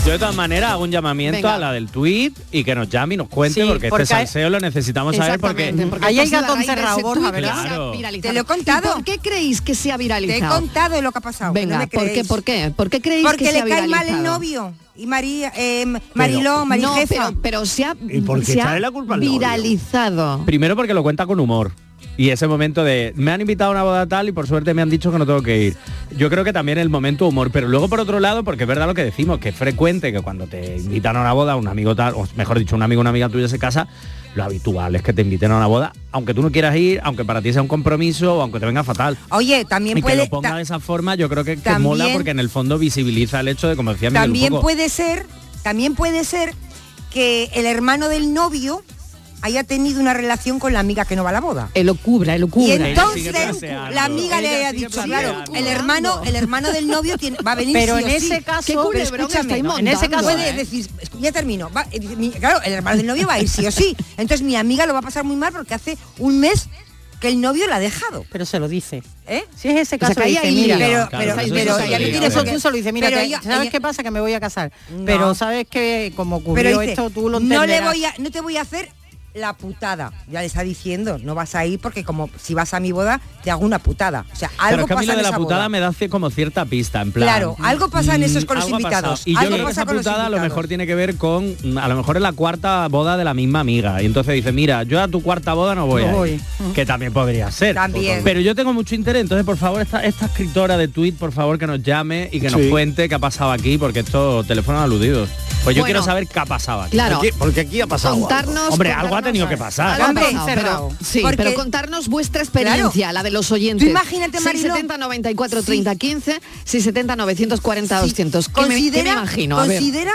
Speaker 3: Yo de todas maneras hago un llamamiento
Speaker 2: Venga.
Speaker 3: a la del tweet y que nos llame y nos cuente
Speaker 5: Sí,
Speaker 3: porque,
Speaker 5: porque hay-
Speaker 3: este salseo lo necesitamos saber porque
Speaker 2: Exactamente,
Speaker 5: Ahí hay
Speaker 2: entonces
Speaker 5: gato
Speaker 2: a raíz de
Speaker 5: encerrado,
Speaker 2: ese
Speaker 5: Borja,
Speaker 2: tuit
Speaker 5: ¿verdad?
Speaker 2: se ha
Speaker 3: Claro.
Speaker 2: viralizado.
Speaker 4: Te lo he contado.
Speaker 2: ¿Y ¿Por qué creéis que se ha
Speaker 4: Te he
Speaker 2: viralizado?
Speaker 4: contado lo que ha pasado. que no
Speaker 2: Venga,
Speaker 4: me
Speaker 2: ¿por, qué,
Speaker 4: creéis.
Speaker 2: ¿por qué? ¿Por qué creéis
Speaker 4: Porque
Speaker 2: que se
Speaker 4: le
Speaker 2: ha
Speaker 4: cae mal
Speaker 2: viralizado?
Speaker 4: el novio. Y María, eh, Mariló, Marijefa.
Speaker 2: No, pero, pero se ha,
Speaker 6: ¿Y por qué
Speaker 2: se ha
Speaker 6: echarle la culpa al novio?
Speaker 2: viralizado.
Speaker 3: primero porque lo cuenta con humor. Y ese momento de me han invitado a una boda tal y por suerte me han dicho que no tengo que ir. Yo creo que también el momento humor, pero luego por otro lado, porque es verdad lo que decimos, que es frecuente que cuando te invitan a una boda, un amigo tal, o mejor dicho, un amigo o una amiga tuya se casa, lo habitual es que te inviten a una boda, aunque tú no quieras ir, aunque para ti sea un compromiso o aunque te venga fatal.
Speaker 4: Oye, también
Speaker 3: Y que
Speaker 4: puede...
Speaker 3: lo ponga
Speaker 4: ta-
Speaker 3: de esa forma, yo creo que, que
Speaker 4: también-
Speaker 3: mola porque en el fondo visibiliza el hecho de, como decía Miguel, un
Speaker 4: también
Speaker 3: poco-
Speaker 4: puede ser también puede ser que el hermano del novio haya tenido una relación con la amiga que no va a la boda
Speaker 2: Elocubra,
Speaker 4: y
Speaker 2: elocubra.
Speaker 3: sigue
Speaker 4: entonces
Speaker 3: plaseando.
Speaker 4: la amiga le
Speaker 3: Ella
Speaker 4: ha
Speaker 3: sigue
Speaker 4: dicho claro
Speaker 3: plaseando.
Speaker 4: el hermano el hermano del novio tiene- va a venir
Speaker 5: Pero
Speaker 4: sí
Speaker 5: en
Speaker 4: o sí.
Speaker 5: ese
Speaker 2: Qué
Speaker 5: caso, pero
Speaker 2: culebrón
Speaker 5: escúchame,
Speaker 2: estáis
Speaker 5: en ese
Speaker 2: montando,
Speaker 5: caso
Speaker 4: puede
Speaker 2: ¿eh?
Speaker 4: decir escu- ya termino va- eh, dice, mi- claro el hermano del novio va a ir sí o sí entonces mi amiga lo va a pasar muy mal porque hace un mes que el novio la ha dejado
Speaker 5: pero se lo dice.
Speaker 4: ¿eh?
Speaker 5: Si es ese
Speaker 2: sea,
Speaker 5: caso,
Speaker 2: que ahí
Speaker 5: dice,
Speaker 2: hay
Speaker 5: mira,
Speaker 2: lío.
Speaker 4: pero
Speaker 3: Claro,
Speaker 4: pero
Speaker 3: eso sí
Speaker 4: pero
Speaker 3: se
Speaker 4: ya
Speaker 3: lo
Speaker 4: le
Speaker 3: diría,
Speaker 4: tiene
Speaker 5: eso
Speaker 4: por
Speaker 5: tú
Speaker 4: qué.
Speaker 5: se lo dices, mira,
Speaker 4: Pero
Speaker 5: que-
Speaker 4: ella-
Speaker 5: ¿sabes
Speaker 4: ella-
Speaker 5: qué pasa? Que me voy a casar.
Speaker 4: No.
Speaker 5: Pero sabes que como ocurrió
Speaker 4: Pero dice,
Speaker 5: esto, tú lo
Speaker 4: no le
Speaker 5: entenderás.
Speaker 4: voy a, no te voy a hacer la putada. Ya le está diciendo, no vas a ir porque como si vas a mi boda te hago una putada. O sea,
Speaker 3: Pero
Speaker 4: algo
Speaker 3: es que a mí
Speaker 4: pasa
Speaker 3: lo
Speaker 4: en
Speaker 3: de la
Speaker 4: esa
Speaker 3: putada
Speaker 4: boda.
Speaker 3: me da cie- como cierta pista, en plan. mm,
Speaker 4: Claro, algo pasa en esos con los
Speaker 3: algo ha
Speaker 4: invitados,
Speaker 3: pasado. Y yo
Speaker 4: algo
Speaker 3: creo que
Speaker 4: pasa
Speaker 3: esa
Speaker 4: con los
Speaker 3: putada a lo
Speaker 4: invitados.
Speaker 3: mejor tiene que ver con, mm, a lo mejor es la cuarta boda de la misma amiga. Y entonces dice, mira, yo a tu cuarta boda no voy
Speaker 5: No
Speaker 3: a ir.
Speaker 5: voy.
Speaker 3: Que también podría ser.
Speaker 4: También.
Speaker 3: Pero yo tengo mucho interés, entonces por favor, esta, esta escritora de tweet, por favor, que nos llame y que nos
Speaker 6: Sí.
Speaker 3: cuente qué ha pasado aquí, porque estos teléfonos aludidos. Pues yo
Speaker 2: Bueno.
Speaker 3: quiero saber qué ha pasado aquí.
Speaker 2: Claro.
Speaker 6: Aquí- porque aquí ha pasado algo.
Speaker 2: Contarnos,
Speaker 3: Hombre, algo ha
Speaker 2: contarnos-
Speaker 3: tenido que pasar.
Speaker 2: Algo ha
Speaker 4: Hombre,
Speaker 2: pasado,
Speaker 5: encerrado.
Speaker 2: pero- sí,
Speaker 4: Porque-
Speaker 2: pero contarnos vuestra experiencia,
Speaker 4: Claro.
Speaker 2: la de los oyentes.
Speaker 4: Tú imagínate, Mariló.
Speaker 2: 670 94 30 15, 670 940
Speaker 4: Sí.
Speaker 2: 200. ¿Qué me- qué
Speaker 4: Considera,
Speaker 2: me imagino? A ver.
Speaker 4: considera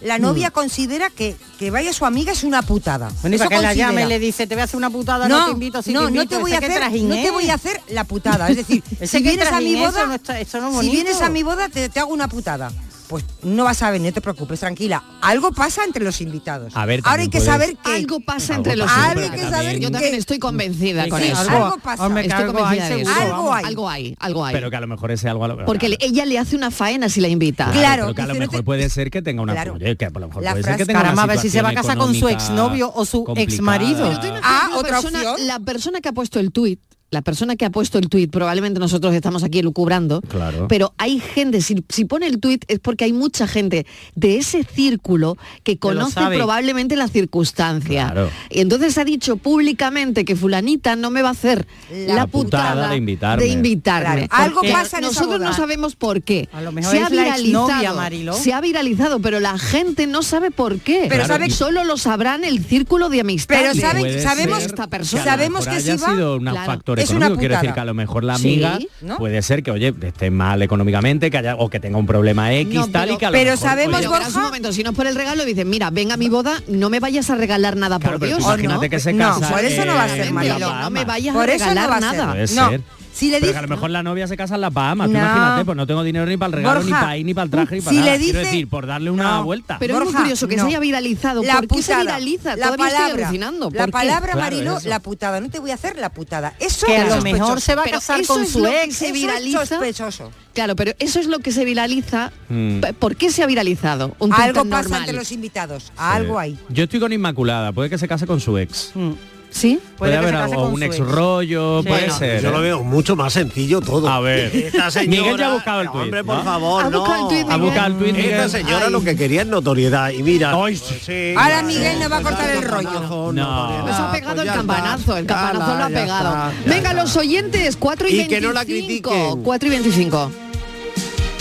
Speaker 4: la novia considera que, que vaya su amiga es una putada.
Speaker 5: Bueno, y
Speaker 4: Eso
Speaker 5: para que la
Speaker 4: considera.
Speaker 5: llame y le dice, te voy a hacer una putada, no,
Speaker 4: no,
Speaker 5: te invito, si
Speaker 4: no,
Speaker 5: te
Speaker 4: no
Speaker 5: invito,
Speaker 4: te voy
Speaker 5: ese
Speaker 4: a
Speaker 5: que
Speaker 4: hacer,
Speaker 5: trajín eh?
Speaker 4: no
Speaker 5: es.
Speaker 4: te voy a hacer la putada. Es
Speaker 5: [laughs]
Speaker 4: decir,
Speaker 5: Ese
Speaker 4: si
Speaker 5: que
Speaker 4: vienes a mi
Speaker 5: trajín es,
Speaker 4: boda,
Speaker 5: eso no está- eso no es
Speaker 4: si
Speaker 5: bonito.
Speaker 4: vienes a mi boda te, te hago una putada. Pues no vas a venir, no te preocupes, tranquila. Algo pasa entre los invitados.
Speaker 3: A ver,
Speaker 4: Ahora hay
Speaker 3: también
Speaker 4: que
Speaker 3: puede-
Speaker 4: saber que
Speaker 2: Algo pasa
Speaker 3: Algo
Speaker 2: entre los
Speaker 3: pasa,
Speaker 2: hombres.
Speaker 3: Algo hay que saber
Speaker 2: Yo
Speaker 3: que-
Speaker 2: también estoy convencida con
Speaker 4: Sí,
Speaker 2: eso.
Speaker 4: algo- pasa.
Speaker 5: Hombre, que
Speaker 2: Estoy
Speaker 5: algo hay
Speaker 2: convencida de eso.
Speaker 5: seguro,
Speaker 4: Algo
Speaker 5: vamos.
Speaker 4: hay.
Speaker 2: Algo hay, algo hay.
Speaker 3: Pero que a lo mejor ese algo a lo
Speaker 2: Porque le- ella le hace una faena si la invita.
Speaker 4: Claro.
Speaker 3: pero que a lo
Speaker 4: dice, no
Speaker 3: mejor
Speaker 4: te-
Speaker 3: puede ser que tenga una
Speaker 4: Claro.
Speaker 3: oye, que a lo mejor
Speaker 4: La
Speaker 3: puede ser que
Speaker 4: frase-
Speaker 3: tenga una
Speaker 5: Caramba, a ver si se va a
Speaker 3: situación
Speaker 5: casar con su
Speaker 3: económica
Speaker 5: exnovio o su
Speaker 3: complicada.
Speaker 5: exmarido.
Speaker 2: Pero tú imagínate
Speaker 4: Ah,
Speaker 2: la
Speaker 4: otra
Speaker 2: persona,
Speaker 4: opción.
Speaker 2: la persona que ha puesto el tuit la persona que ha puesto el tuit, probablemente nosotros estamos aquí lucubrando,
Speaker 3: Claro.
Speaker 2: pero hay gente, si, si pone el tuit es porque hay mucha gente de ese círculo que conoce
Speaker 5: sabe.
Speaker 2: probablemente la circunstancia.
Speaker 3: Claro.
Speaker 2: Y entonces ha dicho públicamente que fulanita no me va a hacer la,
Speaker 4: La
Speaker 2: putada,
Speaker 3: putada de invitarme.
Speaker 2: de invitarme.
Speaker 4: Claro, algo
Speaker 2: Porque
Speaker 4: pasa en esa
Speaker 2: Nosotros
Speaker 4: boda.
Speaker 2: no sabemos por qué.
Speaker 5: A lo mejor es la exnovia, Mariló.
Speaker 2: se ha viralizado, pero la gente no sabe por qué.
Speaker 4: Pero Claro, sabe- y-
Speaker 2: Solo lo sabrán el círculo de amistad.
Speaker 4: Pero
Speaker 2: de
Speaker 4: sabe-
Speaker 3: Puede
Speaker 4: sabemos-
Speaker 3: ser
Speaker 2: esta persona.
Speaker 3: que a lo
Speaker 4: sabemos
Speaker 3: mejor
Speaker 4: que
Speaker 3: haya
Speaker 4: si va,
Speaker 3: sido un
Speaker 2: claro.
Speaker 3: factor
Speaker 4: Es una
Speaker 3: económico. Quiero decir
Speaker 4: putada.
Speaker 3: que a lo mejor la
Speaker 2: Sí,
Speaker 3: amiga
Speaker 4: ¿no?
Speaker 3: puede ser que, oye, esté mal económicamente, que haya, o que tenga un problema X,
Speaker 2: No,
Speaker 3: tal
Speaker 2: pero-
Speaker 3: y que a lo
Speaker 4: pero
Speaker 3: mejor,
Speaker 4: sabemos,
Speaker 3: oye,
Speaker 2: Pero verás
Speaker 4: Borja.
Speaker 2: un momento, si no es por el regalo, dices, mira, ven a mi boda, no me vayas a regalar nada,
Speaker 3: claro,
Speaker 2: por
Speaker 3: pero tú
Speaker 2: Dios.
Speaker 3: imagínate
Speaker 2: ¿no?
Speaker 3: que se
Speaker 4: No,
Speaker 3: casa.
Speaker 4: por eso no va a ser
Speaker 3: en
Speaker 4: mala
Speaker 3: las
Speaker 2: Pero no
Speaker 3: Bahamas.
Speaker 2: me vayas a
Speaker 4: Por eso no
Speaker 2: regalar
Speaker 4: va a ser.
Speaker 2: nada.
Speaker 3: Puede
Speaker 4: No.
Speaker 3: ser.
Speaker 4: Si le
Speaker 3: Pero
Speaker 4: dices,
Speaker 3: que a lo mejor la novia se casa en las Bahamas,
Speaker 4: No.
Speaker 3: tú imagínate, pues no tengo dinero ni para el regalo, ni
Speaker 4: Borja, uh,
Speaker 3: para ir, ni para el traje, ni para
Speaker 4: si
Speaker 3: nada.
Speaker 4: le
Speaker 3: Quiero
Speaker 4: dice-
Speaker 3: decir, por darle una
Speaker 4: No.
Speaker 3: vuelta.
Speaker 2: Pero es muy
Speaker 4: Borja,
Speaker 2: curioso que
Speaker 4: no.
Speaker 2: se haya viralizado.
Speaker 4: La
Speaker 2: ¿Por qué se
Speaker 4: putada,
Speaker 2: viraliza?
Speaker 4: La
Speaker 2: Todavía
Speaker 4: palabra,
Speaker 2: estoy
Speaker 4: la
Speaker 2: alucinando. ¿Por qué?
Speaker 4: palabra
Speaker 3: Claro,
Speaker 4: Marilo,
Speaker 3: eso.
Speaker 4: la putada. No te voy a hacer la putada. Eso
Speaker 5: Que a
Speaker 4: es
Speaker 5: lo
Speaker 4: sospechoso.
Speaker 5: mejor se va a
Speaker 2: Pero
Speaker 5: casar
Speaker 2: eso
Speaker 5: con
Speaker 2: es
Speaker 5: su
Speaker 2: lo que
Speaker 5: ex.
Speaker 2: se
Speaker 4: Eso es
Speaker 2: viraliza.
Speaker 4: sospechoso.
Speaker 2: Claro, pero eso es lo que se viraliza.
Speaker 3: Mm.
Speaker 2: P- ¿Por qué se ha viralizado? Un tuit
Speaker 4: Algo
Speaker 2: tan
Speaker 4: pasa
Speaker 2: normal.
Speaker 4: entre los invitados. Algo
Speaker 3: Eh,
Speaker 4: hay.
Speaker 3: Yo estoy con Inmaculada, puede que se case con su ex.
Speaker 5: Mm.
Speaker 2: ¿Sí?
Speaker 5: Puede
Speaker 3: Puede,
Speaker 5: que
Speaker 3: haber
Speaker 5: se case
Speaker 3: algo,
Speaker 5: con
Speaker 3: un
Speaker 5: su
Speaker 3: ex
Speaker 5: ex.
Speaker 3: rollo,
Speaker 5: Sí.
Speaker 3: puede
Speaker 5: Bueno,
Speaker 3: ser.
Speaker 6: Yo lo
Speaker 3: ¿eh?
Speaker 6: veo mucho más sencillo todo.
Speaker 3: A ver.
Speaker 6: Esta señora,
Speaker 3: Miguel ya ha buscado el tuit,
Speaker 6: Hombre,
Speaker 3: ¿no?
Speaker 6: por favor,
Speaker 2: Ha
Speaker 6: no.
Speaker 2: buscado el tuit,
Speaker 3: Ha buscado el tuit,
Speaker 6: Esta
Speaker 3: Miguel.
Speaker 6: señora lo que quería es notoriedad y mira.
Speaker 3: Ay,
Speaker 6: pues
Speaker 3: sí.
Speaker 6: sí,
Speaker 4: Ahora
Speaker 6: ya,
Speaker 4: Miguel
Speaker 6: eh,
Speaker 4: nos va a
Speaker 6: pues
Speaker 4: cortar
Speaker 6: ya
Speaker 4: el rollo.
Speaker 6: campanazos,
Speaker 3: No.
Speaker 6: notoriedad,
Speaker 2: Pues ha pegado
Speaker 6: pues
Speaker 2: el
Speaker 6: ya está.
Speaker 2: campanazo, el campanazo
Speaker 6: Ala,
Speaker 2: lo ha
Speaker 6: ya
Speaker 2: pegado.
Speaker 6: está, ya
Speaker 2: Venga,
Speaker 6: está.
Speaker 2: los oyentes, 4 y,
Speaker 6: Y que no la
Speaker 2: 25,
Speaker 6: critiquen.
Speaker 2: 4 y 25.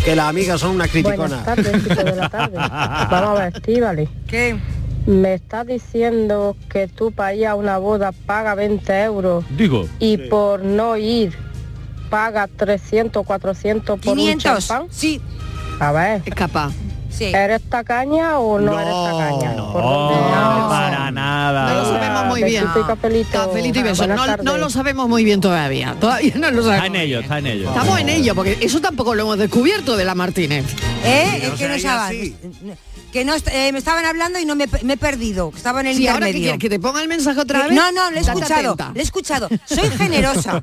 Speaker 6: Que las amigas son una criticona.
Speaker 9: Buenas tardes, cinco de la
Speaker 3: [laughs]
Speaker 9: tarde. Vamos a ver, Estíbaliz.
Speaker 4: ¿Qué?
Speaker 9: Me estás diciendo que tú para ir a una boda paga 20 euros
Speaker 3: Digo,
Speaker 9: y por no ir paga 300, 400 por un
Speaker 4: 500.
Speaker 9: champán.
Speaker 4: Sí,
Speaker 9: A ver,
Speaker 2: Es capaz.
Speaker 4: sí.
Speaker 9: ¿eres tacaña o no,
Speaker 6: No,
Speaker 9: eres tacaña? ¿Por dónde andas?
Speaker 3: no, para nada.
Speaker 2: No lo sabemos muy bien.
Speaker 9: Besito y Cafelito.
Speaker 2: Cafelito y beso.
Speaker 9: Buenas
Speaker 2: No,
Speaker 9: tardes.
Speaker 2: no lo sabemos muy bien todavía. Todavía no lo
Speaker 3: Está
Speaker 2: sabemos.
Speaker 3: en ello, está en ello.
Speaker 2: Estamos en ello, porque eso tampoco lo hemos descubierto de la Martínez.
Speaker 4: ¿Eh? Es
Speaker 6: no
Speaker 4: que no
Speaker 6: seáis así.
Speaker 4: saben. Que no, est- eh, me estaban hablando y no me, me he perdido. que Estaba en el
Speaker 2: Si ahora que
Speaker 4: intermedio.
Speaker 2: quieres que te ponga el mensaje otra vez.
Speaker 4: No, no, lo he
Speaker 2: estate
Speaker 4: escuchado,
Speaker 2: atenta.
Speaker 4: lo he escuchado. Soy
Speaker 2: [laughs]
Speaker 4: generosa.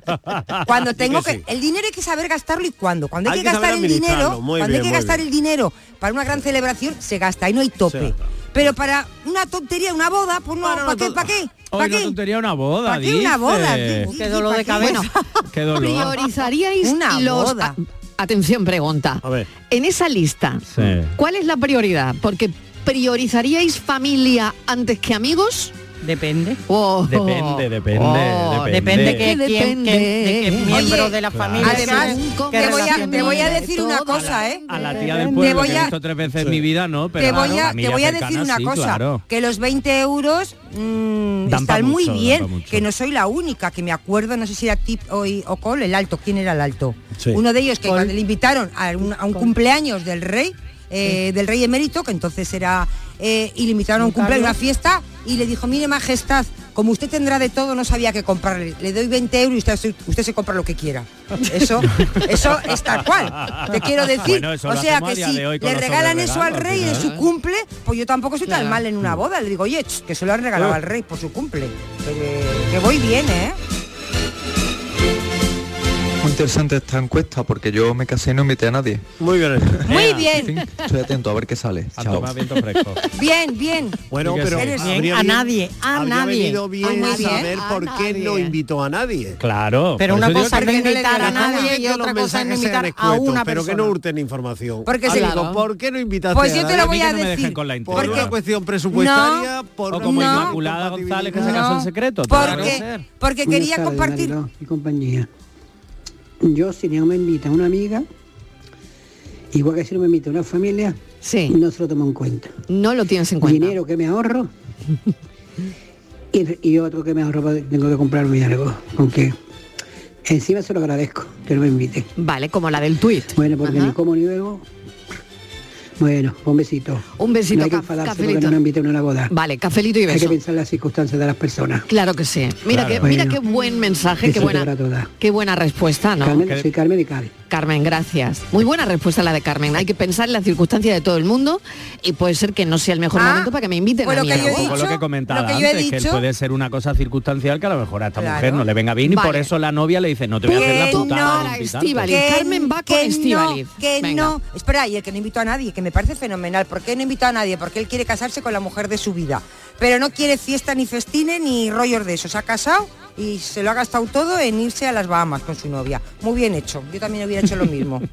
Speaker 4: Cuando tengo
Speaker 6: que
Speaker 4: que,
Speaker 6: sí.
Speaker 4: el dinero hay que saber gastarlo y cuándo. Cuando hay,
Speaker 6: Hay
Speaker 4: que,
Speaker 6: que saber
Speaker 4: gastar el dinero,
Speaker 6: administrarlo. Muy
Speaker 4: cuando
Speaker 6: bien,
Speaker 4: hay que
Speaker 6: muy
Speaker 4: gastar
Speaker 6: bien.
Speaker 4: el dinero para una gran celebración se gasta y no hay tope.
Speaker 6: Sí.
Speaker 4: Pero para una tontería, una boda, pues no,
Speaker 6: Para
Speaker 4: ¿para
Speaker 6: una
Speaker 4: qué?
Speaker 6: to-
Speaker 4: ¿Para qué? ¿Para
Speaker 3: Hoy
Speaker 4: qué?
Speaker 3: no tontería una boda,
Speaker 4: ¿Para qué una boda?
Speaker 3: dice.
Speaker 4: Sí,
Speaker 5: Qué
Speaker 4: sí,
Speaker 5: dolor
Speaker 4: ¿para
Speaker 5: de
Speaker 4: qué?
Speaker 5: cabeza.
Speaker 4: Bueno,
Speaker 3: Qué dolor.
Speaker 2: ¿Priorizaríais
Speaker 4: Una
Speaker 2: los...
Speaker 4: boda.
Speaker 2: a- atención, pregunta.
Speaker 6: A ver.
Speaker 2: En esa lista,
Speaker 3: Sí.
Speaker 2: ¿cuál es la prioridad? Porque priorizaríais familia antes que amigos.
Speaker 5: Depende.
Speaker 2: Oh.
Speaker 3: Depende, depende,
Speaker 2: Oh,
Speaker 3: depende.
Speaker 5: Depende que
Speaker 2: Depende.
Speaker 5: quién, que- de qué
Speaker 2: Oye,
Speaker 5: miembro de la
Speaker 3: claro.
Speaker 5: familia.
Speaker 4: Además,
Speaker 5: qué-
Speaker 2: según
Speaker 5: qué
Speaker 4: te voy, a,
Speaker 5: relación
Speaker 4: te voy a
Speaker 5: tiene.
Speaker 4: decir una
Speaker 2: Todo.
Speaker 4: cosa, ¿eh?
Speaker 3: A la tía del pueblo
Speaker 4: voy
Speaker 3: que
Speaker 4: a-
Speaker 3: he visto tres veces en mi vida, no, pero
Speaker 4: Te voy
Speaker 3: claro,
Speaker 4: a, te
Speaker 3: familia
Speaker 4: voy a decir
Speaker 3: cercana,
Speaker 4: una
Speaker 3: sí,
Speaker 4: cosa,
Speaker 3: claro.
Speaker 4: que los 20 euros mm,
Speaker 3: Dan pa
Speaker 4: están muy
Speaker 3: mucho, dan pa
Speaker 4: bien,
Speaker 3: mucho.
Speaker 4: que no soy la única, que me acuerdo, no sé si era Tip o, o Cole, el alto, ¿quién era el alto?
Speaker 6: Sí.
Speaker 4: Uno de ellos que cuando le invitaron a un, a un cumpleaños del rey, eh, del rey emérito, que entonces era, eh, y le invitaron a un cumpleaños, una fiesta, y le dijo, mire majestad, como usted tendrá de todo, no sabía qué comprarle. Le doy 20 euros y usted, se- usted se compra lo que
Speaker 3: [laughs]
Speaker 4: quiera. Eso, eso es tal cual. Te
Speaker 3: [laughs]
Speaker 4: quiero decir.
Speaker 3: Bueno, eso
Speaker 4: o
Speaker 3: lo
Speaker 4: sea
Speaker 3: hacemos a
Speaker 4: que
Speaker 3: día
Speaker 4: si
Speaker 3: de hoy con
Speaker 4: le
Speaker 3: los
Speaker 4: regalan eso al
Speaker 3: sobreregalos, al
Speaker 4: rey en
Speaker 3: final.
Speaker 4: su cumple, pues yo tampoco soy
Speaker 2: Claro.
Speaker 4: tan mal en
Speaker 6: Mm.
Speaker 4: una boda. Le digo, oye, ch, que se lo han regalado al rey por su cumple. Que, que voy bien, ¿eh?
Speaker 10: Muy interesante esta encuesta porque yo me casé y no invité a nadie.
Speaker 6: Muy bien.
Speaker 4: Muy
Speaker 3: Ea.
Speaker 10: En fin,
Speaker 4: [laughs] bien,
Speaker 10: estoy atento a ver qué sale.
Speaker 3: A
Speaker 10: Chao.
Speaker 3: tomar Ah, viento
Speaker 10: [laughs]
Speaker 3: fresco.
Speaker 4: bien, bien.
Speaker 6: Bueno,
Speaker 3: Diga
Speaker 6: pero
Speaker 3: sí.
Speaker 6: habría
Speaker 5: Bien, a
Speaker 6: bien-
Speaker 5: nadie, a
Speaker 6: habría
Speaker 5: nadie.
Speaker 6: venido
Speaker 4: Ah,
Speaker 6: bien
Speaker 4: muy bien.
Speaker 6: saber
Speaker 2: A
Speaker 6: por qué no
Speaker 2: nadie.
Speaker 6: invitó a nadie.
Speaker 3: Claro.
Speaker 5: Pero
Speaker 3: por
Speaker 5: una
Speaker 3: eso digo
Speaker 5: cosa es
Speaker 3: que-
Speaker 5: no
Speaker 4: que no le
Speaker 5: invitar a
Speaker 4: digan nada.
Speaker 5: nadie y
Speaker 6: Que los
Speaker 5: otra cosa es no
Speaker 6: mensajes sean
Speaker 5: invitar a
Speaker 6: escuetos,
Speaker 5: una
Speaker 6: pero que
Speaker 5: persona.
Speaker 6: no hurten información.
Speaker 4: Porque se-
Speaker 6: Amigo,
Speaker 2: Claro.
Speaker 6: ¿por qué no invitaste
Speaker 4: Pues
Speaker 6: a
Speaker 4: yo te
Speaker 6: nadie?
Speaker 4: lo
Speaker 3: mí
Speaker 4: voy
Speaker 3: que
Speaker 4: a
Speaker 3: no me dejen
Speaker 4: decir.
Speaker 3: con la
Speaker 6: Por
Speaker 3: intriga.
Speaker 6: una cuestión presupuestaria, por
Speaker 3: O como
Speaker 6: una cuestión
Speaker 3: Inmaculada
Speaker 6: de
Speaker 3: González, que se
Speaker 6: compatibilidad.
Speaker 3: casó en secreto. tendrá que ser.
Speaker 4: Porque, porque quería compartir.
Speaker 11: y compañía. Yo, si no me invita una amiga, igual que si no me invita una familia,
Speaker 2: Sí,
Speaker 11: no se lo tomo en cuenta.
Speaker 2: no lo tienes en cuenta.
Speaker 11: Dinero que me ahorro y, y otro que me ahorro para- tengo que comprarme algo. Aunque encima se lo agradezco que no me invite.
Speaker 2: Vale, como la del tuit.
Speaker 11: Bueno, porque
Speaker 2: Ajá.
Speaker 11: ni como ni bebo. Bueno, un besito.
Speaker 2: Un besito,
Speaker 11: no hay que
Speaker 2: ca-
Speaker 11: enfadarse porque
Speaker 2: cafelito.
Speaker 11: no nos inviten a una boda.
Speaker 2: Vale, cafelito y
Speaker 11: Hay que
Speaker 2: beso.
Speaker 11: pensar en las circunstancias de las personas.
Speaker 2: Claro que sí. Mira
Speaker 3: Claro.
Speaker 2: que mira
Speaker 11: Bueno.
Speaker 2: qué buen mensaje, qué
Speaker 11: Besito
Speaker 2: buena
Speaker 11: para todas.
Speaker 2: qué buena respuesta, ¿no?
Speaker 11: Carmen,
Speaker 3: que-
Speaker 11: soy Carmen de Cádiz.
Speaker 2: Carmen, gracias. Muy buena respuesta la de Carmen. Hay que pensar en las circunstancias de todo el mundo y puede ser que no sea el mejor
Speaker 4: Ah,
Speaker 2: momento para que me inviten
Speaker 4: pues
Speaker 2: a
Speaker 4: lo
Speaker 2: mí
Speaker 4: que
Speaker 2: a
Speaker 4: yo
Speaker 2: la
Speaker 4: he
Speaker 2: boda.
Speaker 3: Con
Speaker 4: dicho,
Speaker 3: lo que comentaba
Speaker 4: lo que yo he
Speaker 3: antes, que
Speaker 4: dicho-
Speaker 3: puede ser una cosa circunstancial que a lo mejor a esta
Speaker 4: Claro.
Speaker 3: mujer no le venga bien y por
Speaker 2: Vale.
Speaker 3: eso la novia le dice, no te voy a hacer la
Speaker 4: Que no,
Speaker 3: putada. de
Speaker 2: para
Speaker 3: invitarte".
Speaker 2: Estíbaliz. Vale, Carmen va con Estíbaliz.
Speaker 4: No, que
Speaker 2: Venga.
Speaker 4: no. Espera, y el que no invitó a nadie, que me parece fenomenal. ¿Por qué no invitó a nadie? Porque él quiere casarse con la mujer de su vida. Pero no quiere fiesta, ni festines, ni rollos de eso. Se ha casado y se lo ha gastado todo en irse a las Bahamas con su novia. Muy bien hecho. Yo también hubiera hecho lo mismo.
Speaker 2: [laughs]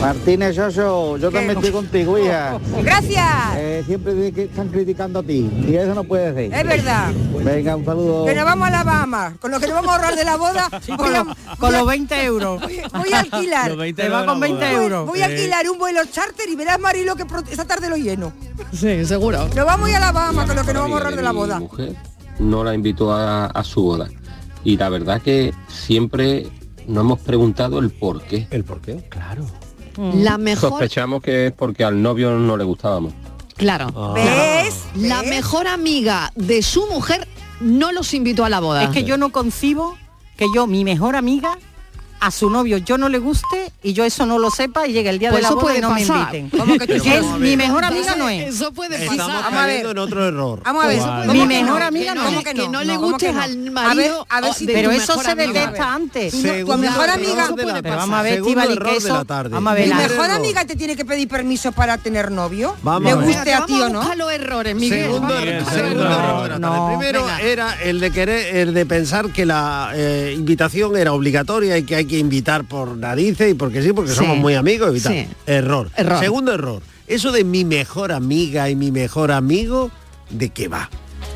Speaker 12: Martínez Soso, yo también estoy contigo, hija.
Speaker 4: Gracias.
Speaker 12: Eh, siempre dicen que están criticando a ti y eso no puede ser.
Speaker 4: Es verdad.
Speaker 12: Venga, un saludo.
Speaker 4: Que nos vamos a la Bahama, con lo que nos vamos a ahorrar de la
Speaker 5: [laughs]
Speaker 4: boda. voy a-
Speaker 5: con los 20 euros.
Speaker 4: Voy, voy a alquilar.
Speaker 5: Los 20 Te va euros con de la 20 boda. euros.
Speaker 4: Voy a
Speaker 5: Sí.
Speaker 4: alquilar un vuelo charter y verás Marilo que pro- esta tarde lo lleno.
Speaker 2: Sí, seguro.
Speaker 4: Nos vamos a ir a la Bahama con lo que nos vamos a ahorrar de la
Speaker 13: Mi
Speaker 4: boda.
Speaker 13: mujer no la invitó a, a su boda. Y la verdad que siempre nos hemos preguntado el por qué.
Speaker 6: ¿El por qué? Claro.
Speaker 2: La mejor,
Speaker 13: Sospechamos que es porque al novio no le gustábamos.
Speaker 2: claro. La mejor amiga de su mujer no los invitó a la boda.
Speaker 5: Es que yo no concibo que yo, mi mejor amiga, a su novio yo no le guste y yo eso no lo sepa y llega el día
Speaker 2: Pues
Speaker 5: de la
Speaker 2: eso
Speaker 5: boda
Speaker 2: puede
Speaker 5: y no me
Speaker 2: pasar.
Speaker 5: inviten. [laughs]
Speaker 2: ¿Cómo que tú
Speaker 5: Es
Speaker 2: quieres?
Speaker 5: mi mejor amiga no es.
Speaker 2: Eso puede
Speaker 6: Estamos
Speaker 2: pasar.
Speaker 6: cayendo en otro error.
Speaker 5: Vamos a ver, eso puede- Mi mejor amiga no,
Speaker 2: Que,
Speaker 5: ¿cómo que
Speaker 2: no,
Speaker 5: no? No,
Speaker 2: le
Speaker 5: ¿cómo
Speaker 2: gustes
Speaker 5: que no?
Speaker 2: al
Speaker 5: A ver,
Speaker 2: marido.
Speaker 5: a ver
Speaker 2: o
Speaker 5: si-
Speaker 2: de
Speaker 5: pero
Speaker 2: tu
Speaker 5: eso
Speaker 2: mejor
Speaker 5: se
Speaker 2: amiga.
Speaker 5: detecta antes.
Speaker 2: Tú no- tu
Speaker 5: Segundo
Speaker 2: mejor
Speaker 5: error
Speaker 2: amiga-
Speaker 5: de la Pero
Speaker 2: tarde.
Speaker 5: vamos a ver,
Speaker 2: Segundo
Speaker 5: Estivali,
Speaker 2: error
Speaker 5: que
Speaker 2: de
Speaker 5: eso...
Speaker 2: la tarde.
Speaker 5: Vamos a ver,
Speaker 4: Mi
Speaker 5: la-
Speaker 4: mejor amiga te tiene que pedir permiso para tener novio.
Speaker 6: Vamos
Speaker 4: le
Speaker 6: a ver.
Speaker 4: guste a ti o
Speaker 2: Vamos
Speaker 4: no.
Speaker 2: a los errores, Miguel.
Speaker 6: Segundo,
Speaker 2: Vamos a los
Speaker 6: segundo
Speaker 2: errores.
Speaker 6: error de la tarde.
Speaker 2: no.
Speaker 6: Primero
Speaker 2: Venga.
Speaker 6: era el de querer, el de pensar que la eh, invitación era obligatoria y que hay que invitar por narices y porque sí, porque
Speaker 2: Sí.
Speaker 6: somos muy amigos y tal.
Speaker 2: Sí.
Speaker 6: Error.
Speaker 2: Error.
Speaker 6: Segundo error. Eso de mi mejor amiga y mi mejor amigo, ¿de qué va?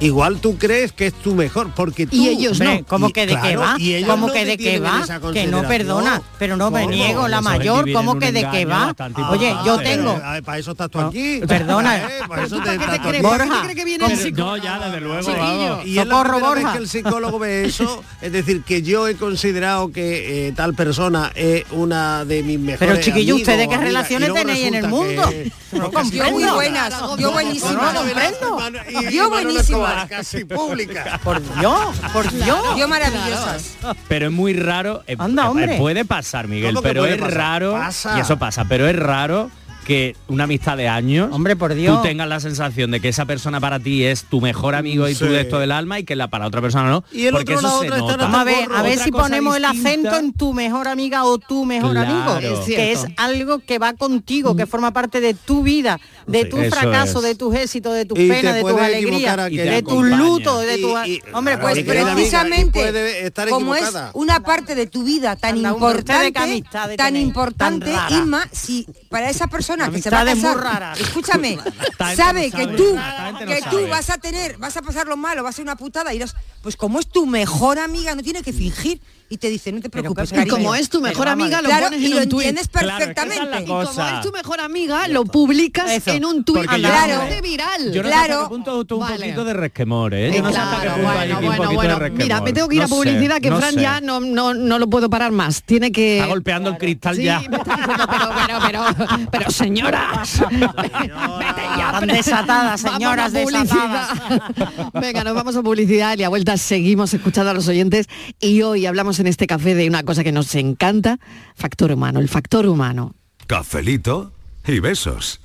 Speaker 6: Igual tú crees que es tu mejor, porque tú...
Speaker 5: Y ellos no. Hombre, ¿cómo que de qué va?
Speaker 6: y ellos
Speaker 5: ¿Cómo
Speaker 6: no
Speaker 5: que
Speaker 6: te
Speaker 5: de qué
Speaker 6: tienen
Speaker 5: va?
Speaker 6: esa
Speaker 5: Que no
Speaker 6: consideración.
Speaker 5: perdona, pero no me
Speaker 6: ¿Cómo?
Speaker 5: niego, la
Speaker 6: Eso es
Speaker 5: mayor,
Speaker 6: vivir
Speaker 5: ¿cómo
Speaker 6: en
Speaker 5: que
Speaker 6: un
Speaker 5: de qué
Speaker 6: engaño
Speaker 5: va?
Speaker 6: bastante
Speaker 5: Oye, yo
Speaker 6: importante.
Speaker 5: tengo... Ah.
Speaker 6: Pero, eh, para eso estás tú aquí.
Speaker 5: Perdona.
Speaker 6: [laughs] Eh, para eso te estás tú aquí.
Speaker 5: Borja, con-
Speaker 6: no, ya, desde luego,
Speaker 5: vamos.
Speaker 6: Y es la
Speaker 5: Socorro,
Speaker 6: primera vez
Speaker 5: Borja.
Speaker 6: que el psicólogo ve
Speaker 5: [laughs]
Speaker 6: eso, es decir, que yo he considerado que eh, tal persona es una de mis mejores
Speaker 5: Pero chiquillo,
Speaker 6: amigos
Speaker 5: ¿ustedes
Speaker 6: o
Speaker 5: qué
Speaker 6: amigas, y
Speaker 5: relaciones
Speaker 6: luego
Speaker 5: tenéis en el
Speaker 6: resulta
Speaker 5: mundo?
Speaker 6: que-
Speaker 5: No
Speaker 4: Yo muy
Speaker 5: comprendo.
Speaker 4: buenas, yo buenísima.
Speaker 5: No comprendo.
Speaker 6: Y
Speaker 4: Yo
Speaker 6: Manolo
Speaker 4: buenísima.
Speaker 6: Escobar, Casi pública.
Speaker 5: Por Dios, por Dios.
Speaker 4: Yo maravillosas.
Speaker 3: Pero es muy raro. eh, eh,
Speaker 5: hombre.
Speaker 3: Puede pasar, Miguel,
Speaker 5: ¿Cómo que
Speaker 3: pero
Speaker 5: puede
Speaker 3: es
Speaker 5: pasar?
Speaker 3: raro.
Speaker 5: Pasa.
Speaker 3: Y eso pasa, pero es raro que una amistad de años
Speaker 5: hombre por Dios.
Speaker 3: tú tengas la sensación de que esa persona para ti es tu mejor amigo y tu
Speaker 5: Sí.
Speaker 3: de esto del alma y que la para otra persona no
Speaker 5: Y el
Speaker 3: porque
Speaker 5: otro,
Speaker 3: eso
Speaker 5: la
Speaker 3: se
Speaker 5: otra
Speaker 3: nota
Speaker 5: Vamos a ver, a ver
Speaker 3: Otra
Speaker 5: si
Speaker 3: cosa
Speaker 5: ponemos el
Speaker 3: distinta-
Speaker 5: acento en tu mejor amiga o tu mejor
Speaker 3: Claro.
Speaker 5: amigo,
Speaker 3: Es
Speaker 5: que es
Speaker 3: cierto.
Speaker 5: algo que va contigo, que forma parte de tu vida, de tu
Speaker 3: eso
Speaker 5: fracaso,
Speaker 3: es.
Speaker 5: de tus éxitos, de tus
Speaker 6: Y te
Speaker 5: penas, de tus
Speaker 6: puedes
Speaker 5: alegrías,
Speaker 6: equivocar a que
Speaker 5: de
Speaker 6: te
Speaker 5: tu
Speaker 6: acompañe.
Speaker 5: luto, de tu...
Speaker 6: Y- y-
Speaker 5: Hombre,
Speaker 6: Claro,
Speaker 5: pues
Speaker 6: mi querida amiga,
Speaker 4: Precisamente,
Speaker 6: y puede estar
Speaker 4: como es
Speaker 6: equivocada.
Speaker 4: una parte de tu vida tan
Speaker 5: Anda, un montón de
Speaker 4: importante,
Speaker 5: amistades
Speaker 4: tan
Speaker 5: tenéis,
Speaker 4: importante,
Speaker 5: tan raras.
Speaker 4: Inma, si para esa persona que se va a
Speaker 5: Amistades muy
Speaker 4: casar,
Speaker 5: raras. [laughs]
Speaker 4: escúchame,
Speaker 5: Tanta
Speaker 4: sabe
Speaker 5: no
Speaker 4: que
Speaker 5: sabe,
Speaker 4: tú,
Speaker 5: tanta no
Speaker 4: que tú
Speaker 5: sabe.
Speaker 4: vas a tener, vas a pasar lo malo, vas a ser una putada, y los- pues como es tu mejor amiga, no tiene que fingir. Y te dice, no te preocupes,
Speaker 2: Y
Speaker 4: cariño.
Speaker 2: como es tu
Speaker 4: Pero
Speaker 2: mejor
Speaker 4: vamos a
Speaker 2: amiga,
Speaker 4: ver.
Speaker 2: lo
Speaker 4: Claro,
Speaker 2: pones
Speaker 4: y
Speaker 2: en
Speaker 4: lo
Speaker 2: un tuit.
Speaker 4: entiendes perfectamente.
Speaker 2: y como es tu mejor amiga, lo publicas
Speaker 3: Eso,
Speaker 2: en un tuit.
Speaker 3: porque yo
Speaker 2: claro.
Speaker 3: no sé-
Speaker 2: de viral.
Speaker 3: yo no sé hasta qué
Speaker 2: claro.
Speaker 3: punto tú un
Speaker 2: Vale.
Speaker 3: poquito de resquemor, ¿eh? Yo no sé hasta qué
Speaker 2: Claro,
Speaker 3: punto hay aquí un
Speaker 2: bueno,
Speaker 3: poquito de
Speaker 2: bueno,
Speaker 3: resquemor.
Speaker 2: mira, me tengo que ir a
Speaker 3: No sé,
Speaker 2: publicidad, que
Speaker 3: no
Speaker 2: Fran
Speaker 3: sé.
Speaker 2: ya no, no, no lo puedo parar más. Tiene que...
Speaker 3: Está golpeando el cristal
Speaker 2: Sí,
Speaker 3: ya.
Speaker 2: me está diciendo, pero, pero, pero, pero, señoras, vete ya.
Speaker 5: Están desatadas,
Speaker 2: Vámonos,
Speaker 5: señoras, desatadas.
Speaker 2: publicidad. Venga, nos vamos a publicidad y a vuelta seguimos escuchando a los oyentes y hoy hablamos en este café de una cosa que nos encanta, factor humano, el factor humano.
Speaker 1: Cafelito y besos.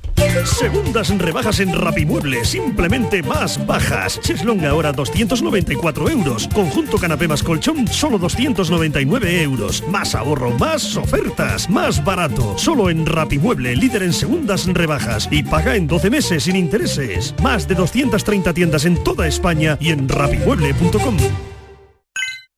Speaker 14: Segundas rebajas en Rapimueble, simplemente más bajas. Cheslong ahora 294 euros. Conjunto canapé más colchón, solo 299 euros. Más ahorro, más ofertas, más barato. Solo en Rapimueble, líder en segundas rebajas. Y paga en 12 meses sin intereses. Más de 230 tiendas en toda España y en rapimueble.com.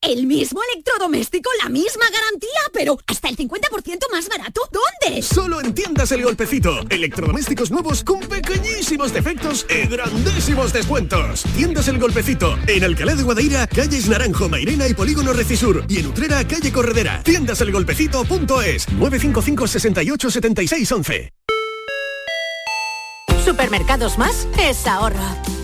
Speaker 15: El mismo electrodoméstico, la misma garantía, pero hasta el 50% más barato. ¿Dónde?
Speaker 16: Solo en tiendas El Golpecito. Electrodomésticos nuevos con pequeñísimos defectos y grandísimos descuentos. Tiendas El Golpecito. En Alcalá de Guadaira, calles Naranjo, Mairena y Polígono Recisur. Y en Utrera, calle Corredera. Tiendaselgolpecito.es 955 68 76 11.
Speaker 17: Supermercados Más es ahorro.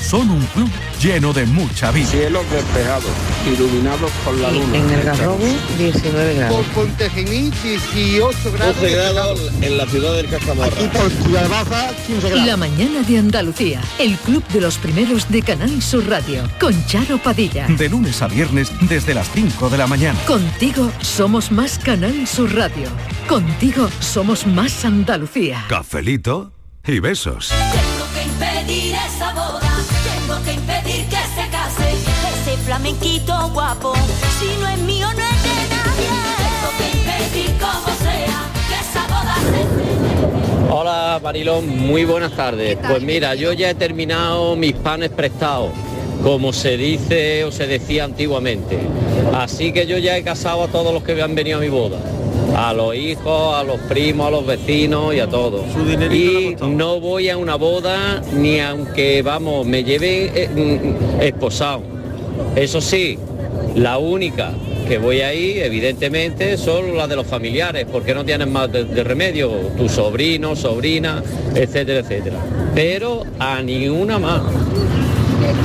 Speaker 18: Son un club lleno de mucha vida.
Speaker 19: Cielos despejados, iluminados por la luna.
Speaker 20: En el Garrobo, 19 grados.
Speaker 21: Por Pontejimí, 18 grados.
Speaker 22: 12 grados en la ciudad del Cazamarra.
Speaker 23: Aquí por Ciudad Baja, 15 grados.
Speaker 24: La mañana de Andalucía, el club de los primeros de Canal Sur Radio, con Charo Padilla.
Speaker 18: De lunes a viernes, desde las 5 de la mañana.
Speaker 24: Contigo somos más Canal Sur Radio. Contigo somos más Andalucía.
Speaker 1: Cafelito y besos.
Speaker 25: Tengo que impedir esa boda, tengo que impedir que se case ese flamenquito guapo. Si no es mío, no es de nadie. Tengo que impedir como sea que esa boda se
Speaker 22: Hola Marilón, muy buenas tardes. Pues mira, yo ya he terminado mis panes prestados, como se dice o se decía antiguamente. Así que yo ya he casado a todos los que han venido a mi boda. A los hijos, a los primos, a los vecinos y a todos. Y no voy a una boda ni aunque, vamos, me lleve eh, mm, esposado. Eso sí, la única que voy ahí, evidentemente, son las de los familiares, porque no tienen más de, de remedio, tu sobrino, sobrina, etcétera, etcétera. Pero a ni una más.